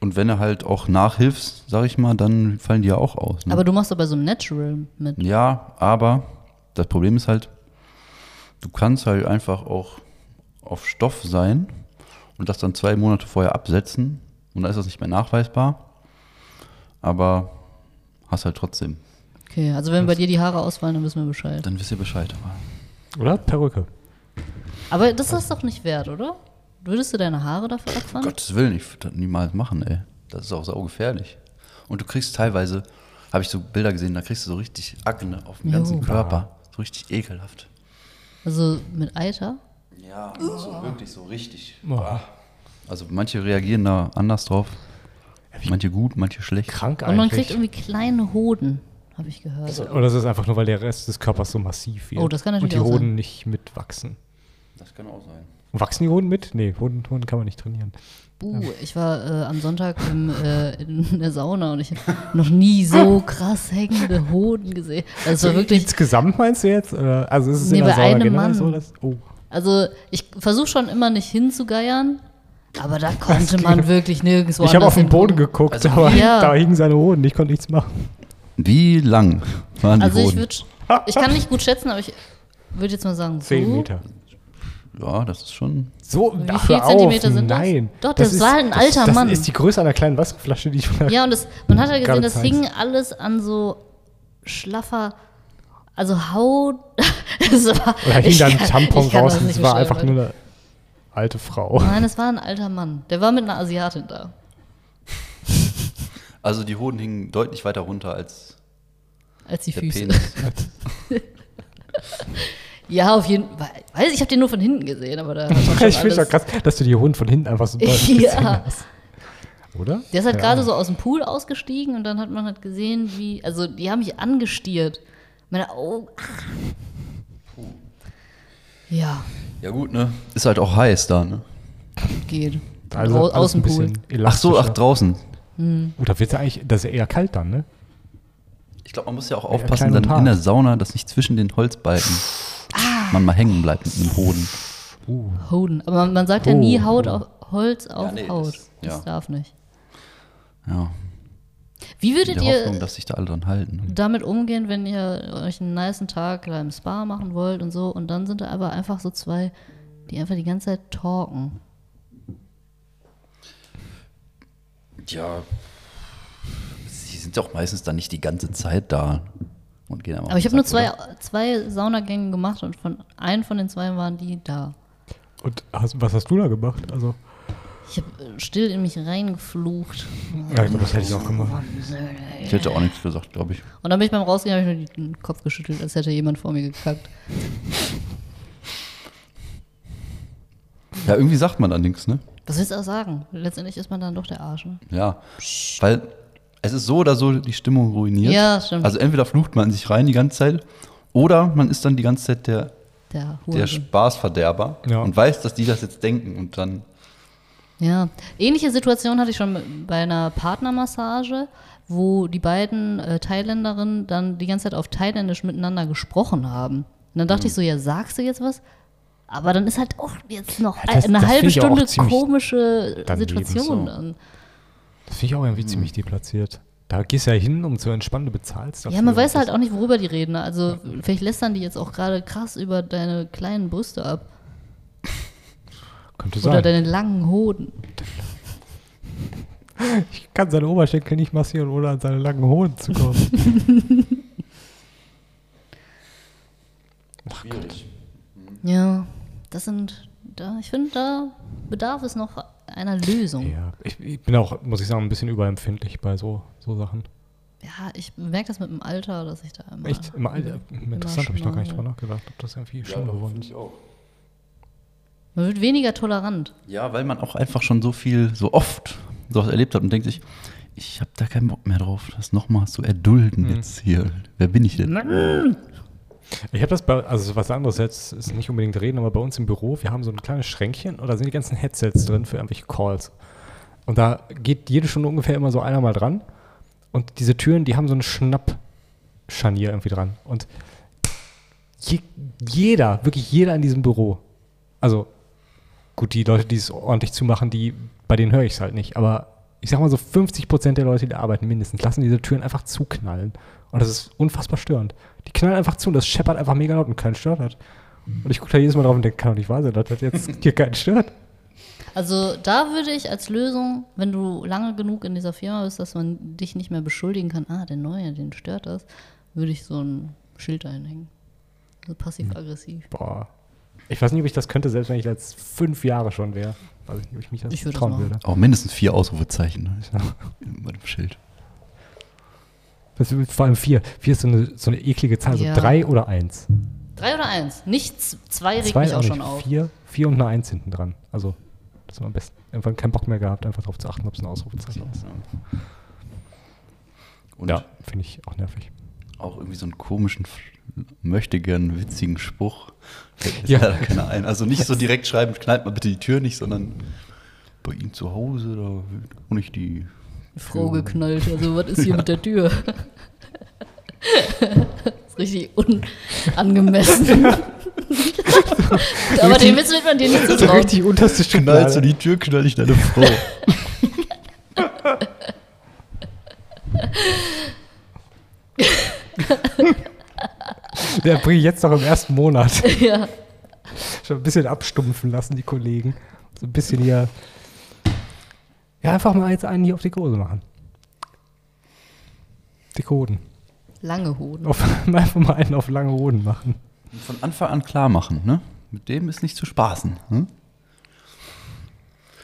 [SPEAKER 3] Und wenn du halt auch nachhilfst, sag ich mal, dann fallen die ja auch aus.
[SPEAKER 2] Hm.
[SPEAKER 3] Ne?
[SPEAKER 1] Aber du machst aber so ein Natural mit.
[SPEAKER 3] ja, aber das Problem ist halt, du kannst halt einfach auch auf Stoff sein und das dann zwei Monate vorher absetzen und dann ist das nicht mehr nachweisbar. Aber hast halt trotzdem.
[SPEAKER 1] Okay, also wenn bei dir die Haare ausfallen, dann wissen wir Bescheid.
[SPEAKER 3] Dann wisst ihr Bescheid. Aber
[SPEAKER 2] Oder? Perücke.
[SPEAKER 1] Aber das ist doch nicht wert, oder? Würdest du deine Haare dafür
[SPEAKER 3] Um
[SPEAKER 1] abfahren?
[SPEAKER 2] Oh
[SPEAKER 3] Gottes Willen, ich würde das niemals machen, ey. Das ist auch saugefährlich. Und du kriegst teilweise, habe ich so Bilder gesehen, da kriegst du so richtig Akne auf dem
[SPEAKER 1] Jo.
[SPEAKER 3] ganzen Körper. So richtig ekelhaft.
[SPEAKER 1] Also mit Eiter?
[SPEAKER 3] Ja, so wirklich so richtig.
[SPEAKER 2] Boah.
[SPEAKER 3] Oh. Also manche reagieren da anders drauf. Manche gut, manche schlecht.
[SPEAKER 2] Krank
[SPEAKER 1] Und man kriegt
[SPEAKER 2] eigentlich. Also,
[SPEAKER 1] irgendwie kleine Hoden, habe ich gehört.
[SPEAKER 2] Oder das ist einfach nur, weil der Rest des Körpers so massiv wird.
[SPEAKER 1] Oh, das kann
[SPEAKER 2] Und die
[SPEAKER 1] natürlich auch
[SPEAKER 2] Hoden
[SPEAKER 1] sein.
[SPEAKER 2] nicht mitwachsen.
[SPEAKER 3] Das kann auch sein.
[SPEAKER 2] Wachsen die Hoden mit? Nee, Hoden, Hoden kann man nicht trainieren.
[SPEAKER 1] Buh, ich war äh, am Sonntag im, äh, in der Sauna und ich habe noch nie
[SPEAKER 2] Ah.
[SPEAKER 1] so krass hängende Hoden gesehen. Also es war wirklich
[SPEAKER 2] Insgesamt meinst du jetzt? Oder? Also ist es
[SPEAKER 1] Nee,
[SPEAKER 2] in der
[SPEAKER 1] bei
[SPEAKER 2] Sauna
[SPEAKER 1] einem
[SPEAKER 2] generell
[SPEAKER 1] Mann.
[SPEAKER 2] so? Dass, oh,
[SPEAKER 1] Also ich versuche schon immer nicht hinzugeiern, aber da konnte man wirklich nirgendwo
[SPEAKER 2] ich habe
[SPEAKER 1] anders
[SPEAKER 2] auf den
[SPEAKER 1] hin.
[SPEAKER 2] Boden geguckt,
[SPEAKER 3] Also,
[SPEAKER 2] aber
[SPEAKER 1] ja.
[SPEAKER 2] da hingen seine Hoden, ich konnte nichts machen.
[SPEAKER 3] Wie lang waren die
[SPEAKER 1] Also ich
[SPEAKER 3] Hoden?
[SPEAKER 1] würde, ich kann nicht gut schätzen, aber ich würde jetzt mal sagen, so.
[SPEAKER 2] Zehn Meter.
[SPEAKER 3] ja, das ist schon.
[SPEAKER 2] So,
[SPEAKER 1] Wie
[SPEAKER 2] ach,
[SPEAKER 1] viel
[SPEAKER 2] hör auf,
[SPEAKER 1] Zentimeter sind das?
[SPEAKER 2] nein.
[SPEAKER 1] Doch, das war ein
[SPEAKER 2] das-
[SPEAKER 1] alter
[SPEAKER 2] das
[SPEAKER 1] Mann.
[SPEAKER 2] Das ist die Größe einer kleinen Wasserflasche, die ich von der
[SPEAKER 1] Ja, und das, man hat ja gesehen,
[SPEAKER 2] Gerade
[SPEAKER 1] das
[SPEAKER 2] Zeit.
[SPEAKER 1] hing alles an so schlaffer, also Haut. es war,
[SPEAKER 2] Oder hing
[SPEAKER 1] ich
[SPEAKER 2] da ein
[SPEAKER 1] kann-
[SPEAKER 2] Tampon
[SPEAKER 1] ich kann
[SPEAKER 2] raus
[SPEAKER 1] das
[SPEAKER 2] und
[SPEAKER 1] nicht
[SPEAKER 2] es war
[SPEAKER 1] beschreiben.
[SPEAKER 2] einfach nur eine alte Frau.
[SPEAKER 1] Nein, es war ein alter Mann. Der war mit einer Asiatin da.
[SPEAKER 3] Also die Hoden hingen deutlich weiter runter als
[SPEAKER 1] Als die
[SPEAKER 3] der
[SPEAKER 1] Füße.
[SPEAKER 3] Penis.
[SPEAKER 1] Ja, auf jeden Fall. Weiß, ich habe den nur von hinten gesehen, aber da. war schon
[SPEAKER 2] ich finde es
[SPEAKER 1] alles-
[SPEAKER 2] doch krass, dass du die Hoden von hinten einfach so deutlich gesehen
[SPEAKER 1] Ja.
[SPEAKER 2] hast, oder?
[SPEAKER 1] Der ist halt
[SPEAKER 2] Ja.
[SPEAKER 1] gerade so aus dem Pool ausgestiegen und dann hat man halt gesehen, wie, also die haben mich angestiert. Meine Augen. Ah. Ja,
[SPEAKER 3] Ja gut, ne? Ist halt auch heiß da, ne?
[SPEAKER 1] geht.
[SPEAKER 2] Also
[SPEAKER 1] Au
[SPEAKER 2] alles ein
[SPEAKER 1] Außenpool.
[SPEAKER 2] bisschen
[SPEAKER 3] Ach so, ach
[SPEAKER 2] elastischer.
[SPEAKER 3] draußen.
[SPEAKER 2] Oh, da wird ja eigentlich, das ist ja eher kalt dann, ne?
[SPEAKER 3] Ich glaube, man muss ja auch
[SPEAKER 2] Ja,
[SPEAKER 3] aufpassen,
[SPEAKER 2] klein und
[SPEAKER 3] dann
[SPEAKER 2] hart.
[SPEAKER 3] in der Sauna, dass nicht zwischen den Holzbalken
[SPEAKER 1] Ah.
[SPEAKER 3] man mal hängen bleibt mit dem Boden.
[SPEAKER 1] Hoden. Aber man, man sagt ja nie
[SPEAKER 2] Oh.
[SPEAKER 1] Haut auf Holz auf
[SPEAKER 3] nee, das-
[SPEAKER 1] Haut. Das,
[SPEAKER 3] ja.
[SPEAKER 1] darf nicht.
[SPEAKER 3] Ja,
[SPEAKER 1] Wie
[SPEAKER 3] in
[SPEAKER 1] würdet
[SPEAKER 3] der Hoffnung,
[SPEAKER 1] ihr
[SPEAKER 3] dass sich da alle dran halten.
[SPEAKER 1] damit umgehen, wenn ihr euch einen niceen Tag da im Spa machen wollt und so und dann sind da aber einfach so zwei, die einfach die ganze Zeit talken.
[SPEAKER 3] Ja, sie sind ja auch meistens dann nicht die ganze Zeit da und gehen einfach
[SPEAKER 1] Aber ich habe
[SPEAKER 3] auf den
[SPEAKER 1] nur zwei,
[SPEAKER 3] Sack,
[SPEAKER 1] zwei Saunagänge gemacht und von einem von den zwei waren die da.
[SPEAKER 2] Und hast, was hast du da gemacht? Also,
[SPEAKER 1] Ich habe still in mich reingeflucht.
[SPEAKER 2] ja, ich glaub, das hätte ich auch gemacht.
[SPEAKER 3] oder? Ich hätte auch nichts gesagt, glaube ich.
[SPEAKER 1] Und dann bin ich beim Rausgehen, habe ich nur den Kopf geschüttelt, als hätte jemand vor mir gekackt.
[SPEAKER 3] Ja, irgendwie sagt man da nichts, ne?
[SPEAKER 1] Was willst du auch sagen? Letztendlich ist man dann doch der Arsch. Ne?
[SPEAKER 3] Ja, weil es ist so oder so die Stimmung ruiniert.
[SPEAKER 1] Ja, stimmt.
[SPEAKER 3] Also entweder flucht man sich rein die ganze Zeit oder man ist dann die ganze Zeit der,
[SPEAKER 1] Der
[SPEAKER 3] der
[SPEAKER 1] Hurensohn.
[SPEAKER 3] Spaßverderber
[SPEAKER 2] Ja.
[SPEAKER 3] und weiß, dass die das jetzt denken und dann
[SPEAKER 1] Ja. Ähnliche Situation hatte ich schon bei einer Partnermassage, wo die beiden äh, Thailänderinnen dann die ganze Zeit auf Thailändisch miteinander gesprochen haben. Und dann dachte
[SPEAKER 2] Mhm.
[SPEAKER 1] ich so, ja, sagst du jetzt was? Aber dann ist halt auch jetzt noch
[SPEAKER 2] Ja, das-
[SPEAKER 1] eine
[SPEAKER 2] das
[SPEAKER 1] halbe
[SPEAKER 2] finde ich auch
[SPEAKER 1] Stunde
[SPEAKER 2] ziemlich
[SPEAKER 1] komische
[SPEAKER 2] daneben,
[SPEAKER 1] Situation.
[SPEAKER 3] so.
[SPEAKER 1] Dann.
[SPEAKER 2] Das finde ich auch irgendwie ziemlich deplatziert. Da gehst du ja hin, um zu entspannen, du bezahlst dafür.
[SPEAKER 1] Ja, man weiß
[SPEAKER 2] Das-
[SPEAKER 1] halt auch nicht, worüber die reden. ne? Also vielleicht lästern die jetzt auch gerade krass über deine kleinen Brüste ab.
[SPEAKER 2] Könnte
[SPEAKER 1] Oder
[SPEAKER 2] sein.
[SPEAKER 1] deine langen Hoden.
[SPEAKER 2] Ich kann seine Oberschenkel nicht massieren, ohne an seine langen Hoden zu kommen.
[SPEAKER 1] Ja, das sind, da, ich finde, da bedarf es noch einer Lösung.
[SPEAKER 2] Ja, ich, ich bin auch, muss ich sagen, ein bisschen überempfindlich bei so, so Sachen.
[SPEAKER 1] Ja, ich merke das mit dem Alter, dass ich da immer.
[SPEAKER 2] Echt? Im Alter. Interessant, habe ich noch gar nicht drüber nachgedacht, ob das irgendwie schlimm geworden
[SPEAKER 4] finde
[SPEAKER 2] ist.
[SPEAKER 4] ich auch.
[SPEAKER 1] Man wird weniger tolerant.
[SPEAKER 3] Ja, weil man auch einfach schon so viel, so oft sowas erlebt hat und denkt sich, ich habe da keinen Bock mehr drauf, das nochmal zu erdulden jetzt hier. Wer bin ich denn?
[SPEAKER 2] Ich habe das bei, also was anderes jetzt, ist nicht unbedingt reden, aber bei uns im Büro, wir haben so ein kleines Schränkchen und da sind die ganzen Headsets drin für irgendwelche Calls. Und da geht jede Stunde ungefähr immer so einer mal dran. Und diese Türen, die haben so ein Schnappscharnier irgendwie dran. Und je, jeder, wirklich jeder in diesem Büro, also gut, die Leute, die es ordentlich zumachen, die, bei denen höre ich es halt nicht, aber ich sag mal so 50 Prozent der Leute, die da arbeiten, mindestens, lassen diese Türen einfach zuknallen. Und das ist unfassbar störend. Die knallen einfach zu und das scheppert einfach mega laut und keinen stört hat. Und ich gucke da jedes Mal drauf und denke, kann doch nicht wahr sein, dass das jetzt hier keinen stört.
[SPEAKER 1] Also da würde ich als Lösung, wenn du lange genug in dieser Firma bist, dass man dich nicht mehr beschuldigen kann, ah, der Neue, den stört das, würde ich so ein Schild einhängen. So passiv-aggressiv.
[SPEAKER 2] Boah. Ich weiß nicht, ob ich das könnte, selbst wenn ich jetzt fünf Jahre schon wäre. Weiß ich nicht, ob ich mich das
[SPEAKER 1] Ich würde das
[SPEAKER 2] trauen
[SPEAKER 1] machen.
[SPEAKER 2] würde.
[SPEAKER 3] Auch mindestens vier Ausrufezeichen ne? bei dem Schild.
[SPEAKER 2] Das ist vor allem vier. Vier ist so eine, so eine eklige Zahl,
[SPEAKER 1] Ja.
[SPEAKER 2] so drei oder eins.
[SPEAKER 1] Drei oder eins? Nichts. Zwei regt
[SPEAKER 2] Zwei
[SPEAKER 1] mich auch
[SPEAKER 2] nicht.
[SPEAKER 1] schon auf.
[SPEAKER 2] Vier, vier und eine Eins hinten dran. Also, das war am besten. Irgendwann keinen Bock mehr gehabt, einfach darauf zu achten, ob es ein Ausrufezeichen ist.
[SPEAKER 3] Und
[SPEAKER 2] ja, finde ich auch nervig.
[SPEAKER 3] auch irgendwie so einen komischen, möchte gern witzigen Spruch. Fällt mir
[SPEAKER 2] Ja.
[SPEAKER 3] leider keiner ein. Also nicht so direkt schreiben, knallt mal bitte die Tür nicht, sondern bei ihm zu Hause, da wird auch nicht die.
[SPEAKER 1] Frau geknallt. Also, was ist hier mit der Tür? ist richtig unangemessen. Aber den Witz wird man dir nicht
[SPEAKER 2] So
[SPEAKER 1] zutrauen.
[SPEAKER 2] richtig unterste
[SPEAKER 3] Knallst
[SPEAKER 2] Schublade.
[SPEAKER 3] du die Tür, knall ich deine Frau.
[SPEAKER 2] Der bringe ich jetzt noch im ersten Monat.
[SPEAKER 1] Ja.
[SPEAKER 2] Schon ein bisschen abstumpfen lassen, die Kollegen. So ein bisschen hier. Ja, einfach mal jetzt einen hier auf die Hose machen. Die Hoden.
[SPEAKER 1] Lange Hoden.
[SPEAKER 2] Auf, einfach mal einen auf lange Hoden machen.
[SPEAKER 3] Von Anfang an klar machen, ne? Mit dem ist nicht zu spaßen. Ne?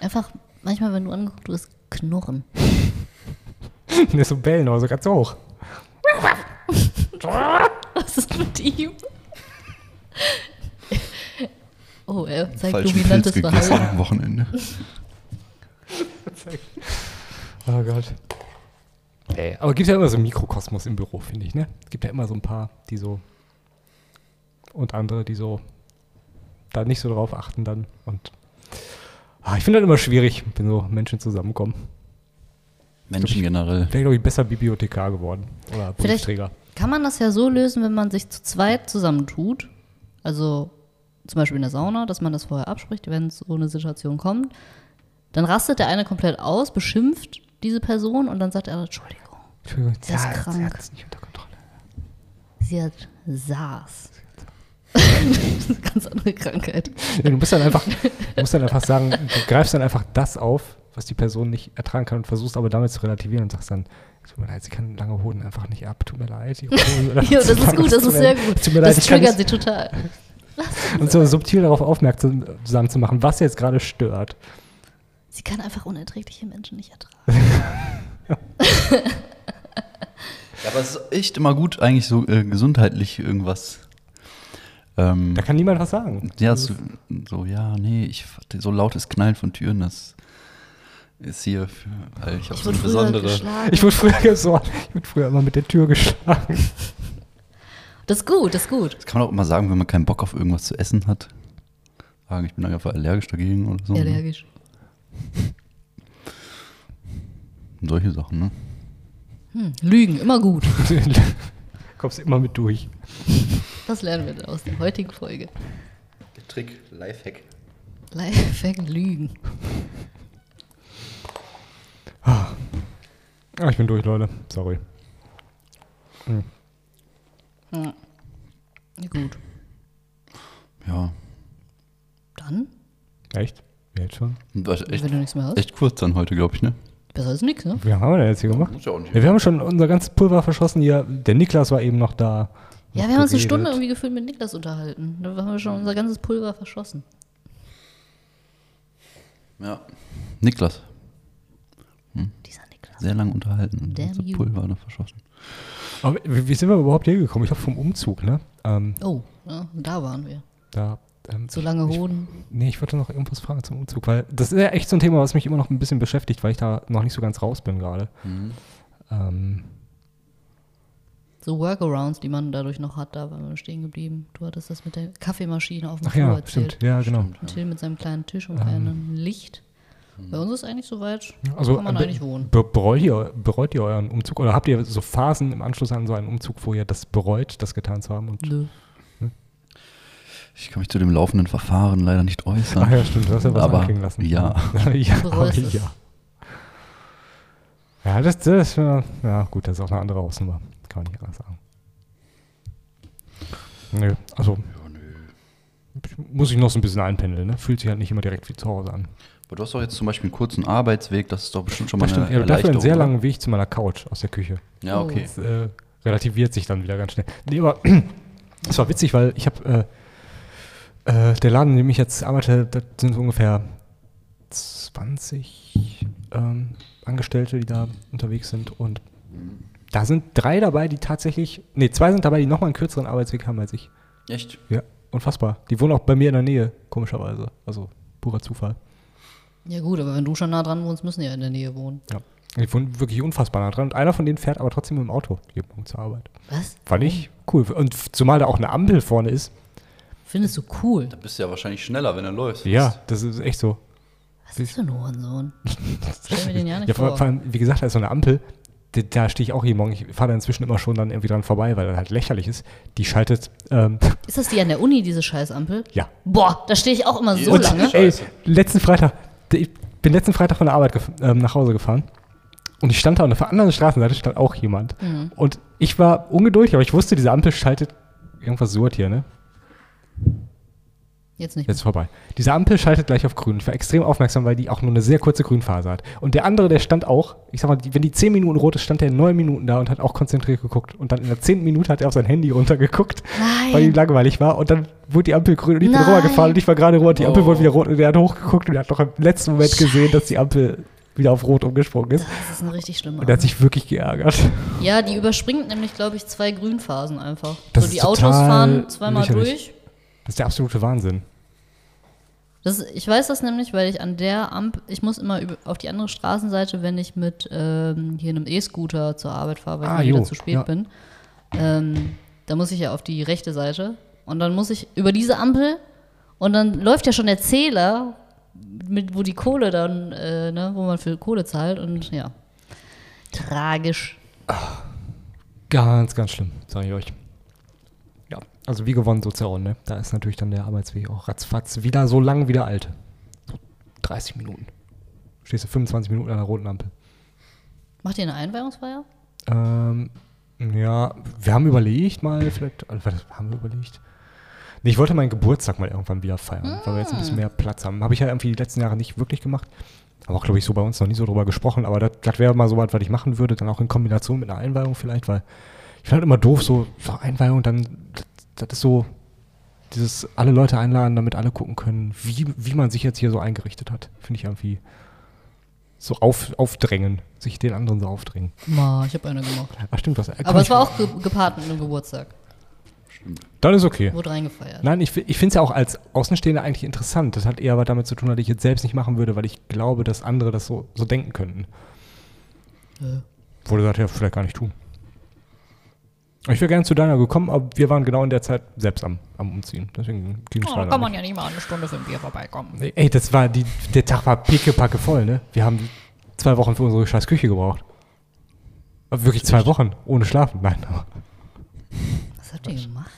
[SPEAKER 1] Einfach manchmal, wenn du angeguckt wirst, knurren.
[SPEAKER 2] Der ist so bellen, aber so ganz hoch.
[SPEAKER 1] Was ist mit ihm? Oh, er zeigt
[SPEAKER 3] Falschen Pilz
[SPEAKER 1] dominantes
[SPEAKER 3] gegessen
[SPEAKER 1] Verhalten.
[SPEAKER 3] am Wochenende.
[SPEAKER 2] Oh Gott. Ey, aber gibt ja immer so einen Mikrokosmos im Büro, finde ich, ne? Gibt ja immer so ein paar, die so und andere, die so da nicht so drauf achten dann und ah, ich finde das immer schwierig, wenn so Menschen zusammenkommen.
[SPEAKER 3] Menschen generell.
[SPEAKER 2] Wäre, glaube ich, besser Bibliothekar geworden oder
[SPEAKER 1] Vielleicht
[SPEAKER 2] Briefträger.
[SPEAKER 1] kann man das ja so lösen, wenn man sich zu zweit zusammentut. Also zum Beispiel in der Sauna, dass man das vorher abspricht, wenn es so eine Situation kommt. Dann rastet der eine komplett aus, beschimpft diese Person und dann sagt er, Entschuldigung,
[SPEAKER 2] Entschuldigung,
[SPEAKER 1] Der ist
[SPEAKER 2] sie hat's- sie
[SPEAKER 1] krank.
[SPEAKER 2] hat's nicht unter Kontrolle.
[SPEAKER 1] sie hat SARS. das ist eine ganz andere Krankheit.
[SPEAKER 2] Ja, du musst dann einfach, du musst dann einfach sagen, du greifst dann einfach das auf, was die Person nicht ertragen kann und versuchst aber damit zu relativieren und sagst dann, tut mir leid, sie kann lange Hoden einfach nicht ab, tut mir leid. die Hoden-
[SPEAKER 1] Ja, das ist gut, das ist
[SPEAKER 2] Tut mir-
[SPEAKER 1] sehr gut.
[SPEAKER 2] Tut mir
[SPEAKER 1] das
[SPEAKER 2] leid, ich kann
[SPEAKER 1] triggert
[SPEAKER 2] nicht,
[SPEAKER 1] sie total.
[SPEAKER 2] und so subtil darauf aufmerksam zusammen zu machen, was jetzt gerade stört.
[SPEAKER 1] Sie kann einfach unerträgliche Menschen nicht ertragen.
[SPEAKER 3] Ja, aber es ist echt immer gut, eigentlich so äh, gesundheitlich irgendwas. Ähm,
[SPEAKER 2] Da kann niemand was sagen.
[SPEAKER 3] ja, so, so, ja, nee, ich, so lautes Knallen von Türen, das ist hier, für, weil ich habe so eine besondere.
[SPEAKER 1] geschlagen.
[SPEAKER 2] Ich wurde früher so, ich wurde früher immer mit der Tür geschlagen.
[SPEAKER 1] Das ist gut, das ist gut.
[SPEAKER 3] Das kann man auch immer sagen, wenn man keinen Bock auf irgendwas zu essen hat. Sagen, ich bin einfach allergisch dagegen oder so. ne?
[SPEAKER 1] Allergisch.
[SPEAKER 3] Und Solche Sachen, ne?
[SPEAKER 1] Hm, Lügen, immer gut.
[SPEAKER 2] Kommst immer mit durch.
[SPEAKER 1] Das lernen wir aus der heutigen Folge.
[SPEAKER 3] Trick, Lifehack.
[SPEAKER 1] Lifehack Lügen.
[SPEAKER 2] Ah, ich bin durch, Leute. Sorry.
[SPEAKER 1] Hm. Ja, gut.
[SPEAKER 3] Ja,
[SPEAKER 1] Dann,
[SPEAKER 2] Echt? Ja, Jetzt schon?
[SPEAKER 3] Und war echt,
[SPEAKER 1] wenn du nichts mehr hast,
[SPEAKER 3] echt kurz dann heute, glaube ich, ne?
[SPEAKER 1] besser als nichts, ne?
[SPEAKER 2] Wie lange haben wir denn jetzt hier gemacht?
[SPEAKER 3] Muss ja auch nicht.
[SPEAKER 2] Ja, wir haben schon unser ganzes Pulver verschossen hier. Der Niklas war eben noch da.
[SPEAKER 1] Ja,
[SPEAKER 2] Noch
[SPEAKER 1] wir haben uns eine
[SPEAKER 2] geredet.
[SPEAKER 1] Stunde irgendwie gefühlt mit Niklas unterhalten. Da haben wir schon unser ganzes Pulver verschossen.
[SPEAKER 3] Ja. Niklas,
[SPEAKER 1] Dieser Niklas.
[SPEAKER 3] sehr lange unterhalten und
[SPEAKER 1] Damn
[SPEAKER 3] hat so
[SPEAKER 1] you.
[SPEAKER 3] Pulver noch verschossen.
[SPEAKER 2] Aber wie, wie sind wir überhaupt hier gekommen? Ich glaube vom Umzug, ne? Ähm,
[SPEAKER 1] Oh, ja, da waren wir.
[SPEAKER 2] da, ähm,
[SPEAKER 1] Zu lange
[SPEAKER 2] ich,
[SPEAKER 1] Hoden.
[SPEAKER 2] Nee, ich wollte noch irgendwas fragen zum Umzug, weil das ist ja echt so ein Thema, was mich immer noch ein bisschen beschäftigt, weil ich da noch nicht so ganz raus bin gerade.
[SPEAKER 3] Mhm.
[SPEAKER 2] Ähm,
[SPEAKER 1] So Workarounds, die man dadurch noch hat, da waren wir stehen geblieben. Du hattest das mit der Kaffeemaschine auf dem
[SPEAKER 2] ach
[SPEAKER 1] Flur
[SPEAKER 2] ja,
[SPEAKER 1] erzählt.
[SPEAKER 2] stimmt. Ähm. Ja, genau.
[SPEAKER 1] Und Till mit seinem kleinen Tisch und kleinem Licht. Bei uns ist eigentlich soweit,
[SPEAKER 2] Also
[SPEAKER 1] kann man
[SPEAKER 2] äh, be-
[SPEAKER 1] eigentlich wohnen.
[SPEAKER 2] be- bereut, ihr, bereut ihr euren Umzug oder habt ihr so Phasen im Anschluss an so einen Umzug, wo ihr das bereut, das getan zu haben? Und,
[SPEAKER 1] Nö.
[SPEAKER 3] Ich kann mich zu dem laufenden Verfahren leider nicht äußern.
[SPEAKER 2] ach ja, stimmt, du hast ja was
[SPEAKER 3] Ne? Aber
[SPEAKER 2] anklingen lassen.
[SPEAKER 3] ja.
[SPEAKER 2] ja, aber
[SPEAKER 1] Bereust es.
[SPEAKER 2] ja. Ja, das, das, äh, ja, gut, das ist auch eine andere Hausnummer. Kann man nicht anders sagen. Nö, also. Muss ich noch so ein bisschen einpendeln, ne? Fühlt sich halt nicht immer direkt wie zu Hause an.
[SPEAKER 3] Aber du hast doch jetzt zum Beispiel einen kurzen Arbeitsweg, das ist doch bestimmt schon mal
[SPEAKER 2] Das stimmt,
[SPEAKER 3] eine
[SPEAKER 2] ich habe dafür einen
[SPEAKER 3] Erleichterung.
[SPEAKER 2] sehr langen Weg zu meiner Couch aus der Küche.
[SPEAKER 3] ja, okay.
[SPEAKER 2] Das äh, relativiert sich dann wieder ganz schnell. Nee, aber es war witzig, weil ich habe, äh, äh, der Laden, in dem ich jetzt arbeite, da sind so ungefähr 20 ähm, Angestellte, die da unterwegs sind. Und da sind drei dabei, die tatsächlich, nee, zwei sind dabei, die nochmal einen kürzeren Arbeitsweg haben als ich.
[SPEAKER 3] Echt?
[SPEAKER 2] Ja, unfassbar. Die wohnen auch bei mir in der Nähe, komischerweise. Also purer Zufall.
[SPEAKER 1] Ja gut, aber wenn du schon nah dran wohnst, müssen die ja in der Nähe wohnen.
[SPEAKER 2] Ja. Die wohnen wirklich unfassbar nah dran. Und einer von denen fährt aber trotzdem mit dem Auto jeden Morgen zur Arbeit.
[SPEAKER 1] Was?
[SPEAKER 2] Fand ich cool. Und f- zumal da auch eine Ampel vorne ist.
[SPEAKER 1] Findest du cool?
[SPEAKER 3] Da bist du ja wahrscheinlich schneller, wenn du läufst.
[SPEAKER 2] Ja, das ist echt so.
[SPEAKER 1] Was ist für ein Hurensohn? Stell mir den ja nicht
[SPEAKER 2] Ja, vor,
[SPEAKER 1] vor.
[SPEAKER 2] vor allem, wie gesagt, da ist so eine Ampel. Da, da stehe ich auch jeden Morgen. Ich fahre da inzwischen immer schon dann irgendwie dran vorbei, weil das halt lächerlich ist. Die schaltet. Ähm,
[SPEAKER 1] Ist das die an der Uni, diese Scheißampel?
[SPEAKER 2] ja.
[SPEAKER 1] Boah, da stehe ich auch immer so
[SPEAKER 3] Und-
[SPEAKER 1] lange.
[SPEAKER 2] ey,
[SPEAKER 3] Scheiße.
[SPEAKER 2] letzten Freitag. Ich bin letzten Freitag von der Arbeit gef- ähm, nach Hause gefahren. Und ich stand da und auf der anderen Straßenseite stand auch jemand.
[SPEAKER 1] Mhm.
[SPEAKER 2] Und ich war ungeduldig, aber ich wusste, diese Ampel schaltet. Irgendwas surrt hier, ne?
[SPEAKER 1] Jetzt nicht.
[SPEAKER 2] Jetzt ist vorbei. Diese Ampel schaltet gleich auf grün. Ich war extrem aufmerksam, weil die auch nur eine sehr kurze Grünphase hat. Und der andere, der stand auch, ich sag mal, die, wenn die 10 Minuten rot ist, stand der 9 Minuten da und hat auch konzentriert geguckt. Und dann in der 10. Minute hat er auf sein Handy runtergeguckt,
[SPEAKER 1] Nein.
[SPEAKER 2] weil ihm langweilig war. Und dann wurde die Ampel grün und ich bin
[SPEAKER 1] Nein.
[SPEAKER 2] rübergefahren und ich war gerade rüber und die Ampel
[SPEAKER 3] Oh.
[SPEAKER 2] wurde wieder rot und er hat hochgeguckt und er hat noch im letzten Moment gesehen, dass die Ampel wieder auf rot umgesprungen ist.
[SPEAKER 1] Das ist ein richtig schlimmer.
[SPEAKER 2] Und er hat sich wirklich geärgert.
[SPEAKER 1] ja, die überspringt nämlich, glaube ich, zwei Grünphasen einfach.
[SPEAKER 2] Das
[SPEAKER 1] so die
[SPEAKER 2] ist total
[SPEAKER 1] Autos fahren zweimal
[SPEAKER 2] lächerlich.
[SPEAKER 1] durch.
[SPEAKER 2] Das ist der absolute Wahnsinn.
[SPEAKER 1] Das, ich weiß das nämlich, weil ich an der Ampel, ich muss immer über, auf die andere Straßenseite, wenn ich mit ähm, hier einem E-Scooter zur Arbeit fahre, weil
[SPEAKER 2] Ah,
[SPEAKER 1] ich mal wieder
[SPEAKER 2] jo,
[SPEAKER 1] zu spät
[SPEAKER 2] ja.
[SPEAKER 1] bin. Ähm, da muss ich ja auf die rechte Seite und dann muss ich über diese Ampel und dann läuft ja schon der Zähler, mit, wo die Kohle dann, äh, ne, wo man für Kohle zahlt und ja. Tragisch.
[SPEAKER 2] Ganz, ganz schlimm, sage ich euch. Ja, also wie gewonnen so zerronnen, ne? Da ist natürlich dann der Arbeitsweg auch ratzfatz wieder so lang wie der alte. So 30 Minuten. Stehst du 25 Minuten an der roten Ampel.
[SPEAKER 1] Macht ihr eine Einweihungsfeier?
[SPEAKER 2] Ähm, ja, wir haben überlegt mal, vielleicht, also was haben wir überlegt? Nee, ich wollte meinen Geburtstag mal irgendwann wieder feiern, weil wir jetzt ein bisschen mehr Platz haben. Habe ich ja irgendwie die letzten Jahre nicht wirklich gemacht. Aber auch, glaube ich, so bei uns noch nie so drüber gesprochen. Aber das, das wäre mal so was, was ich machen würde. Dann auch in Kombination mit einer Einweihung vielleicht, weil ich finde halt immer doof, so, so Einweihung, dann, das, das ist so dieses alle Leute einladen, damit alle gucken können, wie, wie man sich jetzt hier so eingerichtet hat. Finde ich irgendwie so auf, aufdrängen, sich den anderen so aufdrängen.
[SPEAKER 1] Ma, ich habe eine gemacht.
[SPEAKER 2] Ach stimmt, was.
[SPEAKER 1] Aber es war auch ge gepaart mit einem Geburtstag.
[SPEAKER 2] Dann ist okay.
[SPEAKER 1] Wurde reingefeiert.
[SPEAKER 2] Nein, ich, fi- ich finde es ja auch als Außenstehender eigentlich interessant. Das hat eher aber damit zu tun, dass ich jetzt selbst nicht machen würde, weil ich glaube, dass andere das so, so denken könnten.
[SPEAKER 1] Äh.
[SPEAKER 2] Wurde gesagt, ja, vielleicht gar nicht tun. Ich wäre gerne zu deiner gekommen, aber wir waren genau in der Zeit selbst am, am Umziehen. Deswegen ging es
[SPEAKER 1] Oh, da kann man ja nicht mal eine Stunde für ein Bier vorbeikommen.
[SPEAKER 2] Ey, das war die, der Tag war pickepacke voll, ne? Wir haben zwei Wochen für unsere scheiß Küche gebraucht. Aber wirklich zwei Wochen, ohne Schlafen. Nein, aber.
[SPEAKER 1] Was habt ihr gemacht?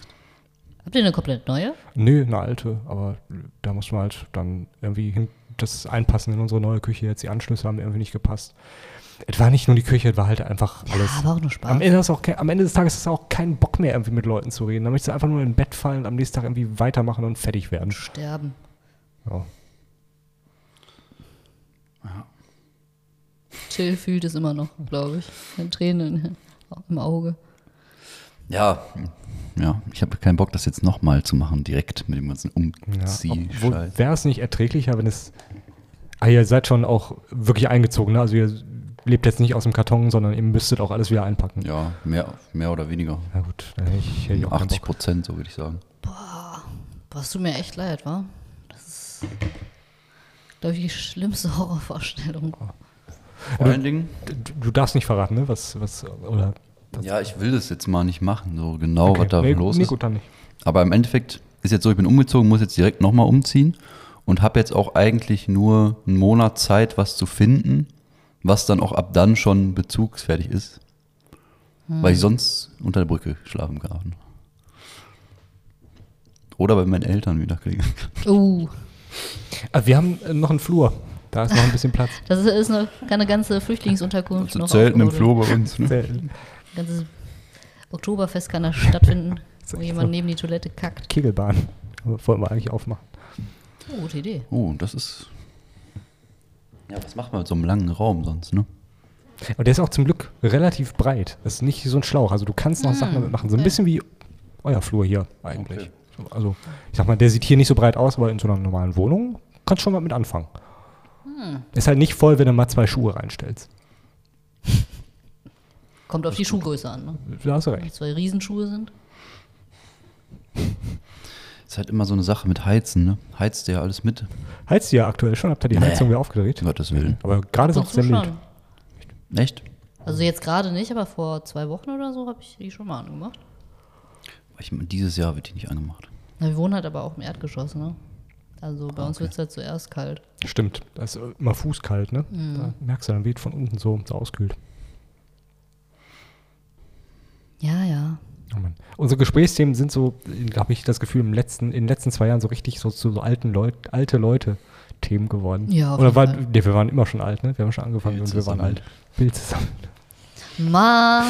[SPEAKER 1] Habt ihr eine komplett neue?
[SPEAKER 2] Nö, eine alte, aber da muss man halt dann irgendwie hin, das einpassen in unsere neue Küche. Jetzt die Anschlüsse haben irgendwie nicht gepasst. Es war nicht nur die Küche, es war halt einfach alles.
[SPEAKER 1] aber auch nur Spaß.
[SPEAKER 2] Am E- Ende, ist auch ke- am Ende des Tages ist auch kein Bock mehr, irgendwie mit Leuten zu reden. Da möchtest du einfach nur in Bett fallen und am nächsten Tag irgendwie weitermachen und fertig werden.
[SPEAKER 1] Sterben.
[SPEAKER 2] Ja.
[SPEAKER 1] Chill fühlt es immer noch, glaube ich. Mit Tränen in- im Auge.
[SPEAKER 3] Ja, ja. ich habe keinen Bock, das jetzt nochmal zu machen, direkt mit dem ganzen
[SPEAKER 2] Ja.
[SPEAKER 3] Umzieh.
[SPEAKER 2] Wäre es nicht erträglicher, wenn es Ah, ihr seid schon auch wirklich eingezogen, ne? Also ihr lebt jetzt nicht aus dem Karton, sondern ihr müsstet auch alles wieder einpacken.
[SPEAKER 3] Ja, mehr, mehr oder weniger.
[SPEAKER 2] Na gut, dann hätte ich, hätte ich auch keinen
[SPEAKER 3] 80
[SPEAKER 2] Bock.
[SPEAKER 3] Prozent, so würde ich sagen.
[SPEAKER 1] Boah, es tut mir echt leid, wa? Das ist, glaube ich, die schlimmste Horrorvorstellung.
[SPEAKER 3] Vor allen Dingen,
[SPEAKER 2] Du- Du darfst nicht verraten, ne? Was, was, oder.
[SPEAKER 3] ja, ich will das jetzt mal nicht machen, so genau, was da
[SPEAKER 2] nee,
[SPEAKER 3] los
[SPEAKER 2] nee,
[SPEAKER 3] ist.
[SPEAKER 2] gut, dann nicht.
[SPEAKER 3] Aber im Endeffekt ist jetzt so, ich bin umgezogen, muss jetzt direkt nochmal umziehen und habe jetzt auch eigentlich nur einen Monat Zeit, was zu finden, was dann auch ab dann schon bezugsfertig ist. Weil ich sonst unter der Brücke schlafen kann. Oder bei meinen Eltern wieder kriegen.
[SPEAKER 2] Oh.
[SPEAKER 1] Uh,
[SPEAKER 2] Ah, wir haben äh, noch einen Flur. Da ist noch ein bisschen Platz.
[SPEAKER 1] das ist- ist noch keine ganze Flüchtlingsunterkunft.
[SPEAKER 3] So
[SPEAKER 1] noch
[SPEAKER 3] Also Zelten im
[SPEAKER 1] aufgebaut.
[SPEAKER 3] Floh bei uns. Ne?
[SPEAKER 2] Der
[SPEAKER 1] Ein ganzes Oktoberfest kann da stattfinden, wo
[SPEAKER 2] echt
[SPEAKER 1] jemand
[SPEAKER 2] so.
[SPEAKER 1] neben die Toilette kackt.
[SPEAKER 2] Kegelbahn. Wollten wir eigentlich aufmachen.
[SPEAKER 1] Oh, gute Idee.
[SPEAKER 3] Oh, das ist. Ja, was macht man mit so einem langen Raum sonst, ne?
[SPEAKER 2] Aber der ist auch zum Glück relativ breit. Das ist nicht so ein Schlauch. Also du kannst noch Sachen damit machen. So ein bisschen wie euer Flur hier eigentlich. So, Also ich sag mal, der sieht hier nicht so breit aus, aber in so einer normalen Wohnung kannst schon mal mit anfangen. Ist halt nicht voll, wenn du mal zwei Schuhe reinstellst.
[SPEAKER 1] Kommt auf die Schuhgröße an, ne?
[SPEAKER 2] Da hast du
[SPEAKER 1] Wenn
[SPEAKER 2] recht.
[SPEAKER 1] es zwei Riesenschuhe sind.
[SPEAKER 3] Ist halt immer so eine Sache mit Heizen, ne? Heizt ihr ja alles mit.
[SPEAKER 2] Heizt ihr ja aktuell schon? Habt ihr die
[SPEAKER 3] Nee.
[SPEAKER 2] Heizung wieder aufgedreht?
[SPEAKER 3] Um Gottes Willen.
[SPEAKER 2] Aber gerade ist auch sehr mild.
[SPEAKER 3] Echt?
[SPEAKER 1] Also jetzt gerade nicht, aber vor zwei Wochen oder so habe ich die schon mal angemacht.
[SPEAKER 3] Ich, meine, dieses Jahr wird die nicht angemacht.
[SPEAKER 1] Na, wir wohnen halt aber auch im Erdgeschoss, ne? Also bei uns wird es halt zuerst kalt.
[SPEAKER 2] Stimmt. Da ist immer fußkalt, ne?
[SPEAKER 1] Mhm.
[SPEAKER 2] Da merkst du, dann weht von unten so, so auskühlt.
[SPEAKER 1] Ja, ja.
[SPEAKER 2] Oh Mann. Unsere Gesprächsthemen sind so, habe ich das Gefühl, im letzten, in den letzten zwei Jahren so richtig so zu so alten Leut, alte Leute Themen geworden.
[SPEAKER 1] Ja, auf
[SPEAKER 2] Oder
[SPEAKER 1] jeden
[SPEAKER 2] waren,
[SPEAKER 1] Fall.
[SPEAKER 2] nee, wir waren immer schon alt, ne? Wir haben schon angefangen
[SPEAKER 3] Pilze
[SPEAKER 2] und wir waren
[SPEAKER 3] sammeln.
[SPEAKER 2] alt. Pilze sammeln.
[SPEAKER 1] Ma,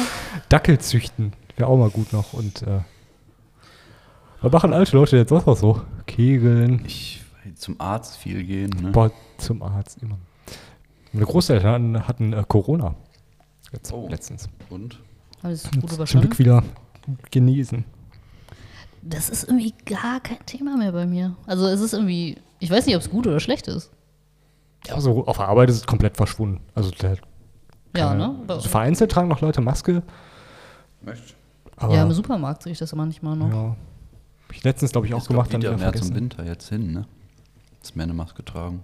[SPEAKER 2] Dackel züchten wäre auch mal gut noch und äh, was machen alte Leute jetzt auch noch so? Kegeln,
[SPEAKER 3] Ich zum Arzt viel gehen, ne?
[SPEAKER 2] boah, zum Arzt immer. Meine Großeltern hatten äh, Corona. Jetzt,
[SPEAKER 3] Oh.
[SPEAKER 2] letztens.
[SPEAKER 3] Und?
[SPEAKER 1] haben Sie es gut
[SPEAKER 2] Zum
[SPEAKER 1] überstanden?
[SPEAKER 2] Glück wieder genesen.
[SPEAKER 1] Das ist irgendwie gar kein Thema mehr bei mir. Also es ist irgendwie, ich weiß nicht, ob es gut oder schlecht ist.
[SPEAKER 2] Ja, also auf der Arbeit ist es komplett verschwunden. Also der
[SPEAKER 1] Ja,
[SPEAKER 2] Keine-
[SPEAKER 1] ne? Bei-
[SPEAKER 2] Also vereinzelt tragen noch Leute Maske.
[SPEAKER 3] Echt?
[SPEAKER 2] Aber
[SPEAKER 1] ja, im
[SPEAKER 2] ja,
[SPEAKER 1] Supermarkt sehe ich das manchmal noch.
[SPEAKER 2] Hab ich letztens, glaube ich, auch
[SPEAKER 3] Ist
[SPEAKER 2] gemacht. dann
[SPEAKER 3] glaub, wieder
[SPEAKER 2] wieder
[SPEAKER 3] mehr zum
[SPEAKER 2] vergessen.
[SPEAKER 3] Winter jetzt hin, ne? Ist mehr eine Maske
[SPEAKER 1] Äh,
[SPEAKER 3] tragen.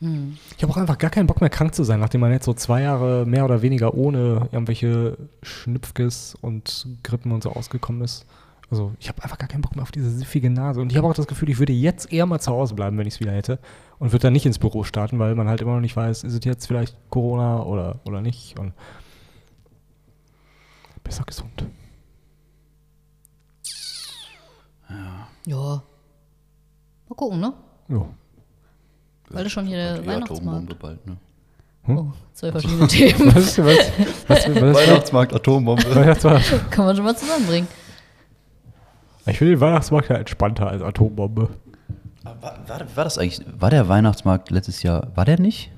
[SPEAKER 1] Hm.
[SPEAKER 2] Ich habe auch einfach gar keinen Bock mehr krank zu sein, nachdem man jetzt so zwei Jahre mehr oder weniger ohne irgendwelche Schnüpfkes und Grippen und so ausgekommen ist. Also ich habe einfach gar keinen Bock mehr auf diese siffige Nase. Und ich habe auch das Gefühl, ich würde jetzt eher mal zu Hause bleiben, wenn ich es wieder hätte. Und würde dann nicht ins Büro starten, weil man halt immer noch nicht weiß, ist es jetzt vielleicht Corona oder, oder nicht. Und besser gesund.
[SPEAKER 1] Ja. Mal gucken, ne?
[SPEAKER 2] Ja.
[SPEAKER 1] Weil das schon hier der
[SPEAKER 3] Die Atombombe
[SPEAKER 1] Weihnachtsmarkt.
[SPEAKER 3] bald, ne?
[SPEAKER 1] Oh, zwei verschiedene Themen.
[SPEAKER 2] Was, was, was, was,
[SPEAKER 3] Weihnachtsmarkt, Atombombe.
[SPEAKER 2] Weihnachtsmarkt.
[SPEAKER 1] Kann man schon mal zusammenbringen.
[SPEAKER 2] Ich finde den Weihnachtsmarkt ja entspannter als Atombombe.
[SPEAKER 3] war, Ah, war, war das eigentlich, war der Weihnachtsmarkt letztes Jahr, war der nicht?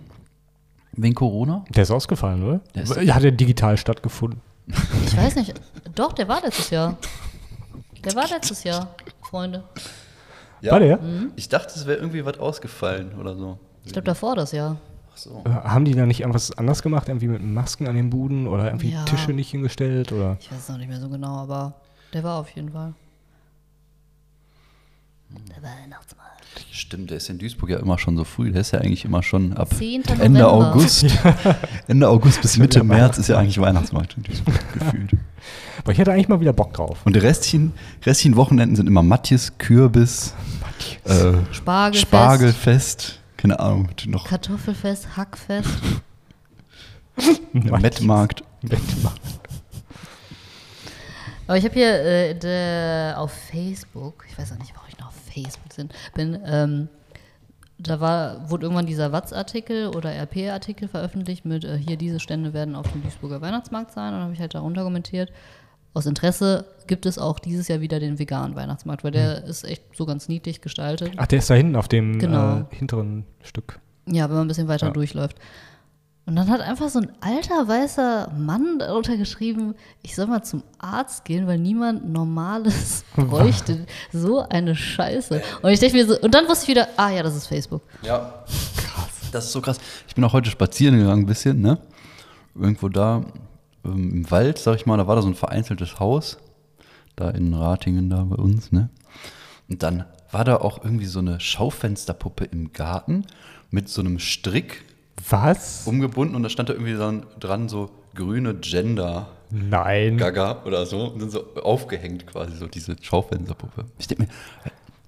[SPEAKER 3] Wegen Corona?
[SPEAKER 2] Der ist ausgefallen, oder?
[SPEAKER 3] Der ist-
[SPEAKER 2] ja, hat ja digital stattgefunden.
[SPEAKER 1] Ich weiß nicht. Doch, der war letztes Jahr. Der war letztes Jahr, Freunde.
[SPEAKER 3] Ja.
[SPEAKER 2] War der?
[SPEAKER 3] Ich dachte, es wäre irgendwie was ausgefallen oder so.
[SPEAKER 1] Ich glaube, davor das Jahr.
[SPEAKER 3] Ach so.
[SPEAKER 2] Äh, Haben die da nicht irgendwas anders gemacht? Irgendwie mit Masken an den Buden oder irgendwie
[SPEAKER 1] Ja.
[SPEAKER 2] Tische nicht hingestellt? Oder?
[SPEAKER 1] Ich weiß es noch nicht mehr so genau, aber der war auf jeden Fall. Der Weihnachtsmarkt.
[SPEAKER 3] Stimmt, der ist in Duisburg ja immer schon so früh. Der ist ja eigentlich immer schon ab
[SPEAKER 1] 10.
[SPEAKER 3] Ende
[SPEAKER 1] November.
[SPEAKER 3] August. Ende August bis Mitte
[SPEAKER 2] der
[SPEAKER 3] März ist ja eigentlich Weihnachtsmarkt in Duisburg gefühlt.
[SPEAKER 2] Aber ich hätte eigentlich mal wieder Bock drauf.
[SPEAKER 3] Und die restlichen, restlichen Wochenenden sind immer Matthias, Kürbis, äh,
[SPEAKER 1] Spargelfest,
[SPEAKER 3] Spargelfest, keine Ahnung, noch
[SPEAKER 1] Kartoffelfest, Hackfest.
[SPEAKER 2] Manches.
[SPEAKER 3] Mettmarkt.
[SPEAKER 2] Wettmarkt.
[SPEAKER 1] Aber ich habe hier äh, de, auf Facebook, ich weiß auch nicht, warum ich noch auf Facebook sind, bin, ähm, da war, wurde irgendwann dieser Watz-Artikel oder RP-Artikel veröffentlicht mit, äh, hier diese Stände werden auf dem Duisburger Weihnachtsmarkt sein. Und dann habe ich halt darunter kommentiert, aus Interesse gibt es auch dieses Jahr wieder den veganen Weihnachtsmarkt, weil der ist echt so ganz niedlich gestaltet.
[SPEAKER 2] Ach, der ist da hinten auf dem
[SPEAKER 1] Genau.
[SPEAKER 2] äh, hinteren Stück.
[SPEAKER 1] Ja, wenn man ein bisschen weiter
[SPEAKER 2] Ja.
[SPEAKER 1] durchläuft. Und dann hat einfach so ein alter weißer Mann darunter geschrieben, ich soll mal zum Arzt gehen, weil niemand Normales bräuchte. so eine Scheiße. Und ich dachte mir so, und dann wusste ich wieder, ah ja, das ist Facebook.
[SPEAKER 3] Ja. Krass. Das ist so krass. Ich bin auch heute spazieren gegangen, ein bisschen, ne? Irgendwo da ähm, im Wald, sag ich mal, da war da so ein vereinzeltes Haus. Da in Ratingen, da bei uns, ne? Und dann war da auch irgendwie so eine Schaufensterpuppe im Garten mit so einem Strick
[SPEAKER 2] Was?
[SPEAKER 3] umgebunden und da stand da irgendwie dann dran so grüne Gender.
[SPEAKER 2] Nein.
[SPEAKER 3] Gaga oder so und sind so aufgehängt quasi, so diese Schaufensterpuppe. Ich denke mir,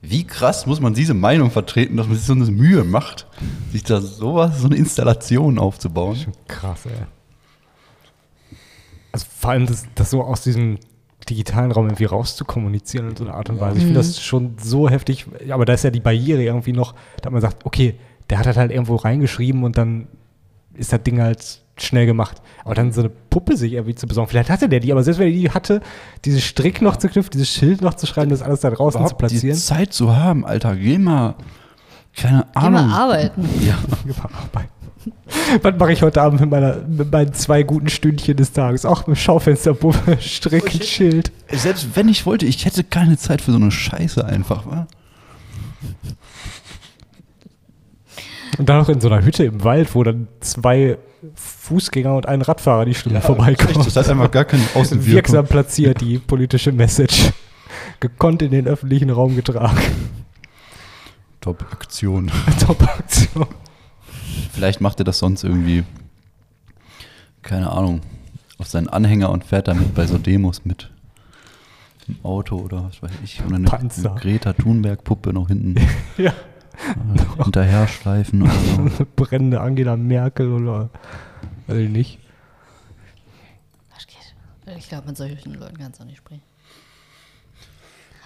[SPEAKER 3] wie krass muss man diese Meinung vertreten, dass man sich so eine Mühe macht, sich da sowas, so eine Installation aufzubauen.
[SPEAKER 2] Schon krass, ey. Also vor allem das, das so aus diesem digitalen Raum irgendwie rauszukommunizieren in so einer Art und Weise. Ich finde das schon so heftig, aber da ist ja die Barriere irgendwie noch, dass man sagt, okay, der hat das halt irgendwo reingeschrieben und dann ist das Ding halt schnell gemacht. Aber dann so eine Puppe sich irgendwie zu besorgen. Vielleicht hatte der die, aber selbst wenn er die hatte, diesen Strick noch zu knüpfen, dieses Schild noch zu schreiben, das alles da draußen zu
[SPEAKER 3] die
[SPEAKER 2] platzieren.
[SPEAKER 3] Zeit zu haben, Alter, geh mal, keine
[SPEAKER 1] Geh
[SPEAKER 3] Ahnung.
[SPEAKER 1] mal arbeiten.
[SPEAKER 3] Ja,
[SPEAKER 2] Überarbeiten. Was mache ich heute Abend mit, meiner, mit meinen zwei guten Stündchen des Tages? Auch mit Schaufensterpuppe, Strick, Schild.
[SPEAKER 3] selbst wenn ich wollte, ich hätte keine Zeit für so eine Scheiße einfach, wa?
[SPEAKER 2] Und dann noch in so einer Hütte im Wald, wo dann zwei Fußgänger und ein Radfahrer die Stunde vorbeikommen.
[SPEAKER 3] Das hat einfach gar keine
[SPEAKER 2] Wirksam
[SPEAKER 3] Außenwirkung.
[SPEAKER 2] platziert die politische Message. Gekonnt in den öffentlichen Raum getragen.
[SPEAKER 3] Top Aktion.
[SPEAKER 2] Top-Aktion.
[SPEAKER 3] Vielleicht macht er das sonst irgendwie, keine Ahnung, auf seinen Anhänger und fährt damit bei so Demos mit. Im Auto oder was weiß ich. Oder eine,
[SPEAKER 2] Panzer.
[SPEAKER 3] eine Greta Thunberg-Puppe noch hinten
[SPEAKER 2] Ja,
[SPEAKER 3] äh, hinterher schleifen oder so.
[SPEAKER 2] eine brennende Angela Merkel oder. Weiß ich nicht.
[SPEAKER 1] Was geht? Ich glaube, mit solchen Leuten kannst du auch nicht sprechen.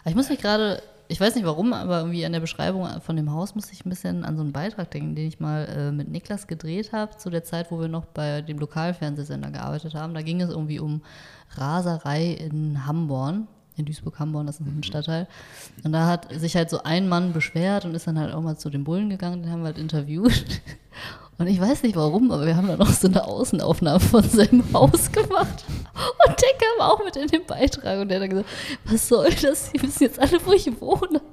[SPEAKER 1] Aber ich muss mich gerade, ich weiß nicht warum, aber irgendwie an der Beschreibung von dem Haus musste ich ein bisschen an so einen Beitrag denken, den ich mal äh, mit Niklas gedreht habe, zu der Zeit, wo wir noch bei dem Lokalfernsehsender gearbeitet haben. Da ging es irgendwie um Raserei in Hamborn. In Duisburg-Hamborn, das ist ein Stadtteil. Und da hat sich halt so ein Mann beschwert und ist dann halt auch mal zu den Bullen gegangen, den haben wir halt interviewt. Und ich weiß nicht warum, aber wir haben da noch so eine Außenaufnahme von seinem Haus gemacht. Und der kam auch mit in den Beitrag und der hat dann gesagt, was soll das? Die wissen jetzt alle, wo ich wohne.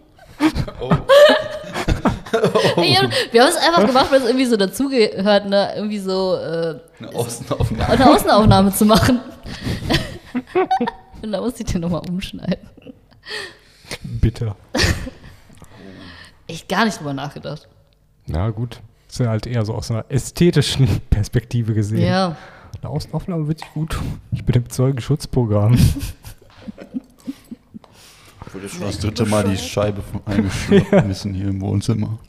[SPEAKER 1] Ich hab, wir haben es einfach gemacht, weil es irgendwie so dazugehört, ne? irgendwie so äh,
[SPEAKER 3] Eine Außenaufnahme.
[SPEAKER 1] eine Außenaufnahme zu machen. und da muss ich den nochmal umschneiden.
[SPEAKER 2] Bitter.
[SPEAKER 1] Ich gar nicht drüber nachgedacht.
[SPEAKER 2] Na gut. Ist ja halt eher so aus einer ästhetischen Perspektive gesehen.
[SPEAKER 1] Ja.
[SPEAKER 2] Eine Außenaufnahme wird sich gut. tun. Ich bin im Zeugenschutzprogramm.
[SPEAKER 3] Ich wurde schon das dritte Mal die Scheibe von eingeschmissen hier im Wohnzimmer.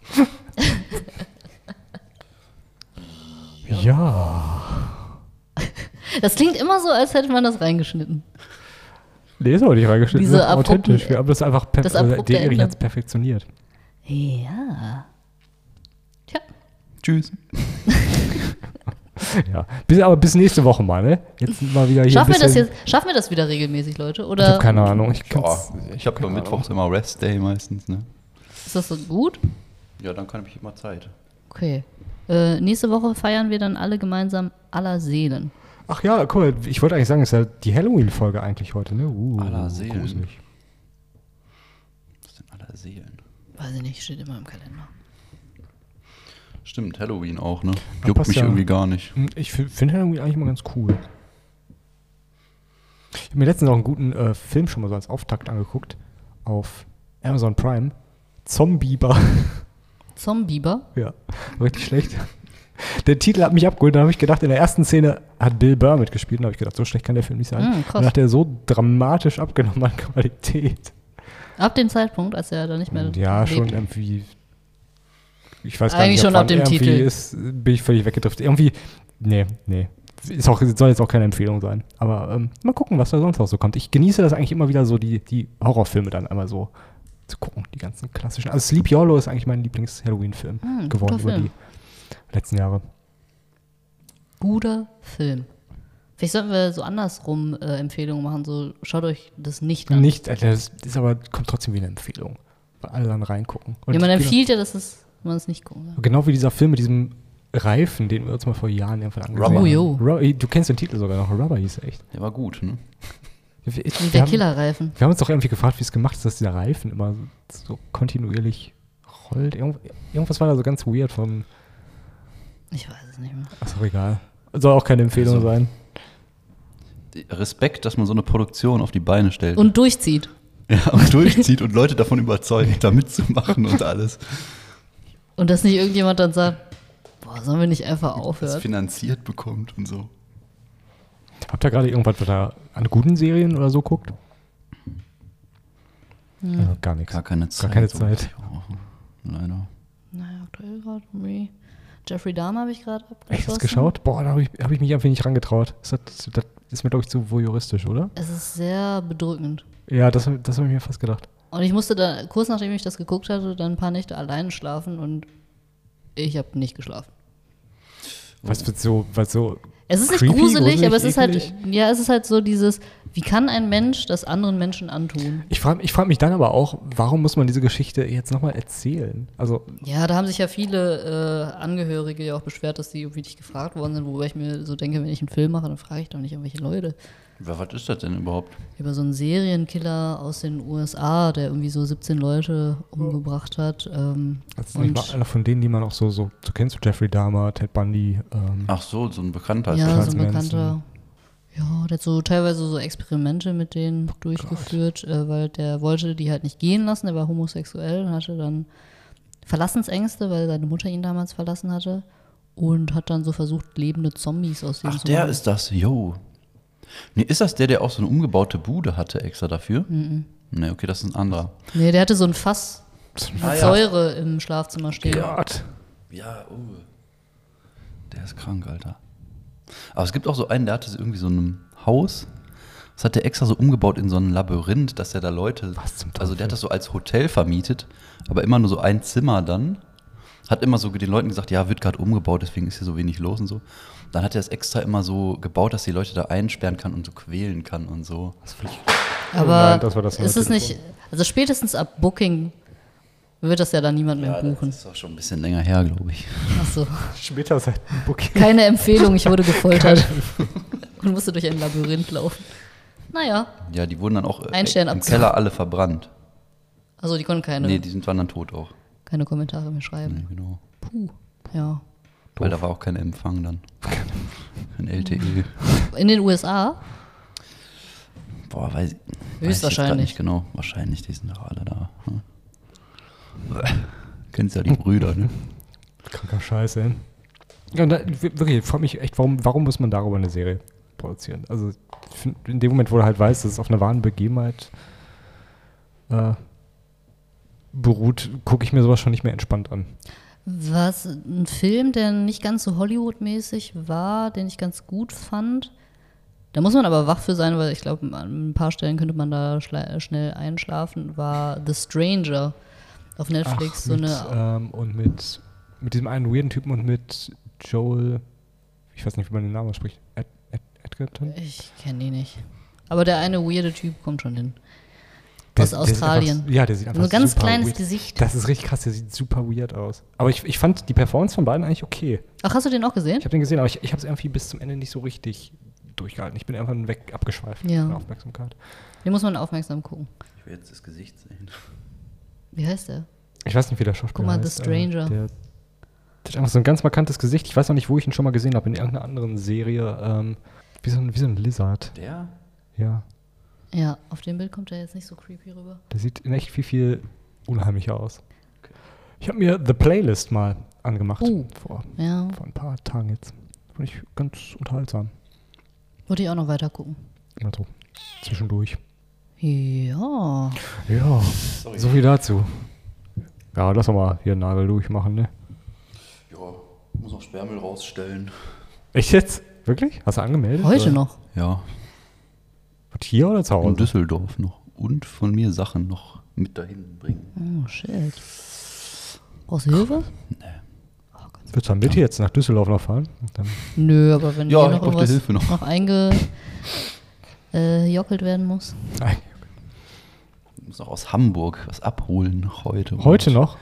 [SPEAKER 2] ja.
[SPEAKER 1] Das klingt immer so, als hätte man das reingeschnitten.
[SPEAKER 2] Nee, ist aber nicht reingeschnitten.
[SPEAKER 1] Diese
[SPEAKER 2] das ist
[SPEAKER 1] abrupten-
[SPEAKER 2] authentisch. Wir haben das einfach per
[SPEAKER 1] das
[SPEAKER 2] also,
[SPEAKER 1] abrupte
[SPEAKER 2] der Erich
[SPEAKER 1] Ende.
[SPEAKER 2] hat es perfektioniert.
[SPEAKER 1] Ja. Tja.
[SPEAKER 3] Tschüss.
[SPEAKER 2] Ja. Bis, aber bis nächste Woche mal, ne? Jetzt mal wieder hier.
[SPEAKER 1] Schaffen wir
[SPEAKER 2] ein
[SPEAKER 1] das
[SPEAKER 2] bisschen,
[SPEAKER 1] jetzt? Schaffen wir das wieder regelmäßig, Leute?
[SPEAKER 2] Ich
[SPEAKER 1] Oder
[SPEAKER 2] habe keine Ahnung. Ich kann's,
[SPEAKER 3] ich habe mittwochs immer Rest Day meistens, ne?
[SPEAKER 1] ist das so gut?
[SPEAKER 3] Ja, dann kann ich immer Zeit.
[SPEAKER 1] Okay. Äh, nächste Woche feiern wir dann alle gemeinsam aller Seelen.
[SPEAKER 2] ach ja, guck mal, ich wollte eigentlich sagen, es ist ja die Halloween-Folge eigentlich heute, ne? Uh,
[SPEAKER 3] Aller Seelen.
[SPEAKER 2] gruselig.
[SPEAKER 3] Was denn aller Seelen?
[SPEAKER 1] Weiß ich nicht, steht immer im Kalender.
[SPEAKER 3] Stimmt, Halloween auch, ne?
[SPEAKER 2] Ja,
[SPEAKER 3] Juckt
[SPEAKER 2] passt
[SPEAKER 3] mich
[SPEAKER 2] ja.
[SPEAKER 3] irgendwie gar nicht.
[SPEAKER 2] Hm, Ich finde Halloween eigentlich mal ganz cool. Ich habe mir letztens auch einen guten äh, Film schon mal so als Auftakt angeguckt. Auf Amazon Prime. Zombieber.
[SPEAKER 1] Zombieber.
[SPEAKER 2] Ja, richtig schlecht. Der Titel hat mich abgeholt. Dann habe ich gedacht, in der ersten Szene hat Bill Burr mitgespielt. Dann habe ich gedacht, so schlecht kann der Film nicht sein.
[SPEAKER 1] Mm,
[SPEAKER 2] Und
[SPEAKER 1] krass.
[SPEAKER 2] dann hat er so dramatisch abgenommen an Qualität.
[SPEAKER 1] Ab dem Zeitpunkt, als er da nicht mehr.
[SPEAKER 2] Ja,
[SPEAKER 1] lebt.
[SPEAKER 2] schon irgendwie. Ich weiß gar
[SPEAKER 1] Eigentlich
[SPEAKER 2] nicht,
[SPEAKER 1] schon ab
[SPEAKER 2] wann
[SPEAKER 1] dem
[SPEAKER 2] irgendwie
[SPEAKER 1] Titel.
[SPEAKER 2] Ist, bin ich völlig weggedriftet. Irgendwie, nee, nee. Ist auch, soll jetzt auch keine Empfehlung sein. Aber ähm, mal gucken, was da sonst noch so kommt. Ich genieße das eigentlich immer wieder so, die, die Horrorfilme dann einmal so zu gucken, die ganzen klassischen. Also Sleep Yolo ist eigentlich mein Lieblings-Halloween-Film
[SPEAKER 1] Hm,
[SPEAKER 2] geworden
[SPEAKER 1] guter
[SPEAKER 2] über die
[SPEAKER 1] Film.
[SPEAKER 2] letzten Jahre.
[SPEAKER 1] Guter Film. Vielleicht sollten wir so andersrum äh, Empfehlungen machen, so schaut euch das nicht an.
[SPEAKER 2] Nicht, äh, das ist aber kommt trotzdem wie eine Empfehlung, weil alle dann reingucken. Und
[SPEAKER 1] ja, man
[SPEAKER 2] genau-
[SPEAKER 1] empfiehlt ja, dass es, man es nicht gucken soll.
[SPEAKER 2] Genau wie dieser Film mit diesem Reifen, den wir uns mal vor Jahren irgendwann angesehen
[SPEAKER 3] Rubber.
[SPEAKER 2] haben.
[SPEAKER 1] Oh,
[SPEAKER 2] Ru- Du kennst den Titel sogar noch, Rubber hieß er echt.
[SPEAKER 3] Der war gut, ne?
[SPEAKER 2] Wir,
[SPEAKER 1] Wie
[SPEAKER 2] wir,
[SPEAKER 1] der
[SPEAKER 2] haben, wir
[SPEAKER 1] Killerreifen.
[SPEAKER 2] haben uns doch irgendwie gefragt, wie es gemacht ist, dass dieser Reifen immer so kontinuierlich rollt. Irgend, irgendwas war da so ganz weird vom
[SPEAKER 1] Ich weiß es nicht mehr.
[SPEAKER 2] Ist doch egal. Soll auch keine Empfehlung
[SPEAKER 3] Also.
[SPEAKER 2] sein.
[SPEAKER 3] Respekt, dass man so eine Produktion auf die Beine stellt.
[SPEAKER 1] Und durchzieht.
[SPEAKER 3] ja, und durchzieht und Leute davon überzeugt, da mitzumachen und alles.
[SPEAKER 1] Und dass nicht irgendjemand dann sagt, boah, sollen wir nicht einfach
[SPEAKER 3] Das
[SPEAKER 1] aufhören?
[SPEAKER 3] finanziert bekommt und so.
[SPEAKER 2] Habt ihr gerade irgendwas was ihr an guten Serien oder so guckt? Also gar nichts.
[SPEAKER 3] Gar keine Zeit.
[SPEAKER 2] keine Zeit.
[SPEAKER 3] Oh, leider.
[SPEAKER 1] Naja, aktuell gerade irgendwie. Jeffrey Dahmer habe ich gerade
[SPEAKER 2] Echt
[SPEAKER 1] abgeschlossen.
[SPEAKER 2] was geschaut? Boah, da habe ich, hab ich mich einfach nicht rangetraut. Ist Das, das ist mir, glaube ich, zu voyeuristisch, oder?
[SPEAKER 1] Es ist sehr bedrückend.
[SPEAKER 2] Ja, das, das habe ich mir fast gedacht.
[SPEAKER 1] Und ich musste da, kurz nachdem ich das geguckt hatte, dann ein paar Nächte alleine schlafen und ich habe nicht geschlafen.
[SPEAKER 2] Was wird so, was so.
[SPEAKER 1] Es ist nicht
[SPEAKER 2] Creepy,
[SPEAKER 1] gruselig, aber es ist
[SPEAKER 2] gruselig,
[SPEAKER 1] halt, ja, es ist halt so dieses, wie kann ein Mensch das anderen Menschen antun?
[SPEAKER 2] Ich frage ich frag mich dann aber auch, warum muss man diese Geschichte jetzt nochmal erzählen? Also,
[SPEAKER 1] Ja, da haben sich ja viele äh, Angehörige ja auch beschwert, dass sie irgendwie nicht gefragt worden sind, wobei ich mir so denke, wenn ich einen Film mache, dann frage ich doch nicht irgendwelche Leute.
[SPEAKER 3] Ja, was ist das denn überhaupt?
[SPEAKER 1] Über so einen Serienkiller aus den USA, der irgendwie so 17 Leute umgebracht hat. Ähm,
[SPEAKER 2] das ist nicht
[SPEAKER 1] und
[SPEAKER 2] mal einer von denen, die man auch so, so, so kennst du Jeffrey Dahmer, Ted Bundy. Ähm,
[SPEAKER 3] Ach so, so ein Bekannter.
[SPEAKER 1] ja, so
[SPEAKER 2] Charles
[SPEAKER 1] ein
[SPEAKER 2] Manson.
[SPEAKER 1] bekannter. Ja, der hat so teilweise so Experimente mit
[SPEAKER 3] Oh
[SPEAKER 1] denen durchgeführt, äh, weil der wollte die halt nicht gehen lassen. Der war homosexuell und hatte dann Verlassensängste, weil seine Mutter ihn damals verlassen hatte. Und hat dann so versucht, lebende Zombies aus denen
[SPEAKER 3] Ach,
[SPEAKER 1] zu
[SPEAKER 3] der
[SPEAKER 1] machen.
[SPEAKER 3] ist das, yo. Nee, ist das der, der auch so eine umgebaute Bude hatte extra dafür? Mhm. Nee, okay, das ist ein anderer.
[SPEAKER 1] Nee, der hatte so ein Fass mit
[SPEAKER 3] Ah, ja.
[SPEAKER 1] Säure im Schlafzimmer stehen.
[SPEAKER 2] Gott.
[SPEAKER 3] Ja, oh. Der ist krank, Alter. Aber es gibt auch so einen, der hatte so irgendwie so ein Haus. Das hat der extra so umgebaut in so ein Labyrinth, dass er da Leute.
[SPEAKER 2] Was zum
[SPEAKER 3] also der
[SPEAKER 2] Teufel?
[SPEAKER 3] hat das so als Hotel vermietet, aber immer nur so ein Zimmer dann. Hat immer so den Leuten gesagt, ja, wird gerade umgebaut, deswegen ist hier so wenig los und so. Dann hat er es extra immer so gebaut, dass die Leute da einsperren kann und so quälen kann und so.
[SPEAKER 1] Aber
[SPEAKER 2] Oh nein, das war das
[SPEAKER 1] ist es
[SPEAKER 2] neue
[SPEAKER 1] nicht, also spätestens ab Booking wird das ja dann niemand mehr buchen.
[SPEAKER 3] das ist auch schon ein bisschen länger her, glaube ich.
[SPEAKER 1] Achso.
[SPEAKER 2] Später seit Booking.
[SPEAKER 1] Keine Empfehlung, ich wurde gefoltert und musste durch ein Labyrinth laufen. Naja,
[SPEAKER 3] Ja, die wurden dann auch äh,
[SPEAKER 1] Ein Stern
[SPEAKER 3] im
[SPEAKER 1] abgezogen.
[SPEAKER 3] Keller alle verbrannt.
[SPEAKER 1] also die konnten keine,
[SPEAKER 3] Nee, die sind waren dann tot auch.
[SPEAKER 1] keine Kommentare mehr schreiben.
[SPEAKER 3] Nee, genau.
[SPEAKER 1] Puh. Ja.
[SPEAKER 3] Weil da war auch kein Empfang dann. Ein LTE.
[SPEAKER 1] In den USA?
[SPEAKER 3] Boah, weiß, weiß ich jetzt
[SPEAKER 1] Höchstwahrscheinlich.
[SPEAKER 3] grad nicht genau. Wahrscheinlich, die sind doch alle da. Ne? Kennst ja die Brüder, ne?
[SPEAKER 2] Kranker Scheiße, ey. Ja, und da, wir- wirklich, ich frage mich echt, warum, warum muss man darüber eine Serie produzieren? Also ich find, in dem Moment, wo du halt weißt, dass es auf einer wahren Begebenheit äh, beruht, gucke ich mir sowas schon nicht mehr entspannt an.
[SPEAKER 1] Was ein Film, der nicht ganz so Hollywood-mäßig war, den ich ganz gut fand. Da muss man aber wach für sein, weil ich glaube, an ein paar Stellen könnte man da schle- schnell einschlafen, war The Stranger auf Netflix. so
[SPEAKER 2] mit,
[SPEAKER 1] eine,
[SPEAKER 2] ähm, und mit, mit diesem einen weirden Typen und mit Joel, ich weiß nicht, wie man den Namen spricht, Ed, Ed, Edgerton?
[SPEAKER 1] ich kenne die nicht. Aber der eine weirde Typ kommt schon hin.
[SPEAKER 2] Der-
[SPEAKER 1] Äh, Aus
[SPEAKER 2] der sieht
[SPEAKER 1] Australien.
[SPEAKER 2] Einfach, ja, der sieht einfach
[SPEAKER 1] so ein ganz
[SPEAKER 2] super
[SPEAKER 1] kleines
[SPEAKER 2] weird.
[SPEAKER 1] Gesicht.
[SPEAKER 2] Das ist richtig krass, der sieht super weird aus. Aber ich, ich fand die Performance von beiden eigentlich okay.
[SPEAKER 1] Ach, hast du den auch gesehen?
[SPEAKER 2] Ich habe den gesehen, aber ich, ich habe es irgendwie bis zum Ende nicht so richtig durchgehalten. Ich bin einfach weg abgeschweift
[SPEAKER 1] Ja.
[SPEAKER 2] von der Aufmerksamkeit.
[SPEAKER 1] Den muss man aufmerksam gucken.
[SPEAKER 3] Ich will jetzt das Gesicht sehen.
[SPEAKER 1] Wie heißt der?
[SPEAKER 2] Ich weiß nicht, wie der Schauspieler
[SPEAKER 1] Guck mal, The
[SPEAKER 2] heißt, aber
[SPEAKER 1] Stranger.
[SPEAKER 2] Der, der hat einfach so ein ganz markantes Gesicht. Ich weiß noch nicht, wo ich ihn schon mal gesehen habe. In irgendeiner anderen Serie. Ähm, wie, so ein, wie so ein Lizard.
[SPEAKER 3] Der?
[SPEAKER 2] Ja.
[SPEAKER 1] Ja, auf dem Bild kommt er jetzt nicht so creepy rüber.
[SPEAKER 2] Der sieht in echt viel, viel unheimlicher aus. Ich habe mir The Playlist mal angemacht.
[SPEAKER 3] Uh.
[SPEAKER 1] Oh.
[SPEAKER 2] Vor,
[SPEAKER 1] Ja,
[SPEAKER 2] vor ein paar Tagen jetzt. Fand ich ganz unterhaltsam.
[SPEAKER 1] würde ich auch noch weiter gucken.
[SPEAKER 2] Immer so zwischendurch.
[SPEAKER 1] Ja.
[SPEAKER 2] Ja, so viel dazu. Ja, lass doch mal hier einen Nagel durchmachen, ne?
[SPEAKER 3] Ja, muss noch Sperrmüll rausstellen.
[SPEAKER 2] Echt jetzt? Wirklich? Hast du angemeldet?
[SPEAKER 1] Heute
[SPEAKER 2] oder?
[SPEAKER 1] noch.
[SPEAKER 3] Ja,
[SPEAKER 2] Was, Hier oder zu
[SPEAKER 3] in
[SPEAKER 2] Hause?
[SPEAKER 3] Düsseldorf noch. Und von mir Sachen noch mit dahin bringen.
[SPEAKER 1] Oh, shit. Brauchst du Hilfe?
[SPEAKER 2] Willst du dann mit jetzt nach Düsseldorf noch fahren? Dann
[SPEAKER 1] Nö, aber wenn
[SPEAKER 3] Ja,
[SPEAKER 1] hier
[SPEAKER 3] ich
[SPEAKER 1] noch
[SPEAKER 3] brauchte
[SPEAKER 1] irgendwas
[SPEAKER 3] Hilfe noch.
[SPEAKER 1] noch eingejockelt äh, jockelt werden muss.
[SPEAKER 2] Nein.
[SPEAKER 3] Ich muss noch aus Hamburg was abholen heute. und
[SPEAKER 2] Heute noch?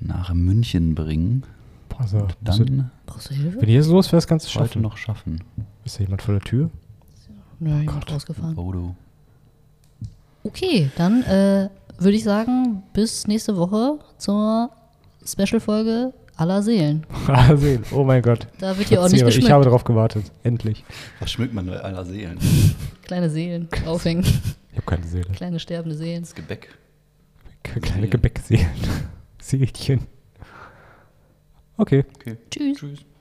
[SPEAKER 3] Nach München bringen.
[SPEAKER 2] Boah, also, musst du,
[SPEAKER 3] Dann
[SPEAKER 1] Brauchst du Hilfe?
[SPEAKER 2] wenn ihr so ist, wäre das Ganze
[SPEAKER 3] heute
[SPEAKER 2] schaffen.
[SPEAKER 3] noch schaffen.
[SPEAKER 2] Ist da jemand vor der Tür?
[SPEAKER 1] Nö, ich bin rausgefahren.
[SPEAKER 3] Bodo.
[SPEAKER 1] Okay, dann äh, würde ich sagen, bis nächste Woche zur Special-Folge aller Seelen.
[SPEAKER 2] Mal sehen. Oh mein Gott.
[SPEAKER 1] Da wird hier auch nicht
[SPEAKER 2] Spazier-
[SPEAKER 1] geschmückt.
[SPEAKER 2] Ich habe darauf gewartet. Endlich.
[SPEAKER 3] Was schmückt man bei aller Seelen?
[SPEAKER 1] Kleine Seelen aufhängen.
[SPEAKER 2] Ich habe keine Seele.
[SPEAKER 1] Kleine sterbende Seelen.
[SPEAKER 3] Das Gebäck.
[SPEAKER 2] Kleine
[SPEAKER 3] Seelen.
[SPEAKER 2] Gebäckseelen. Seelchen. Okay.
[SPEAKER 3] Okay.
[SPEAKER 1] Tschüss.
[SPEAKER 3] Tschüss.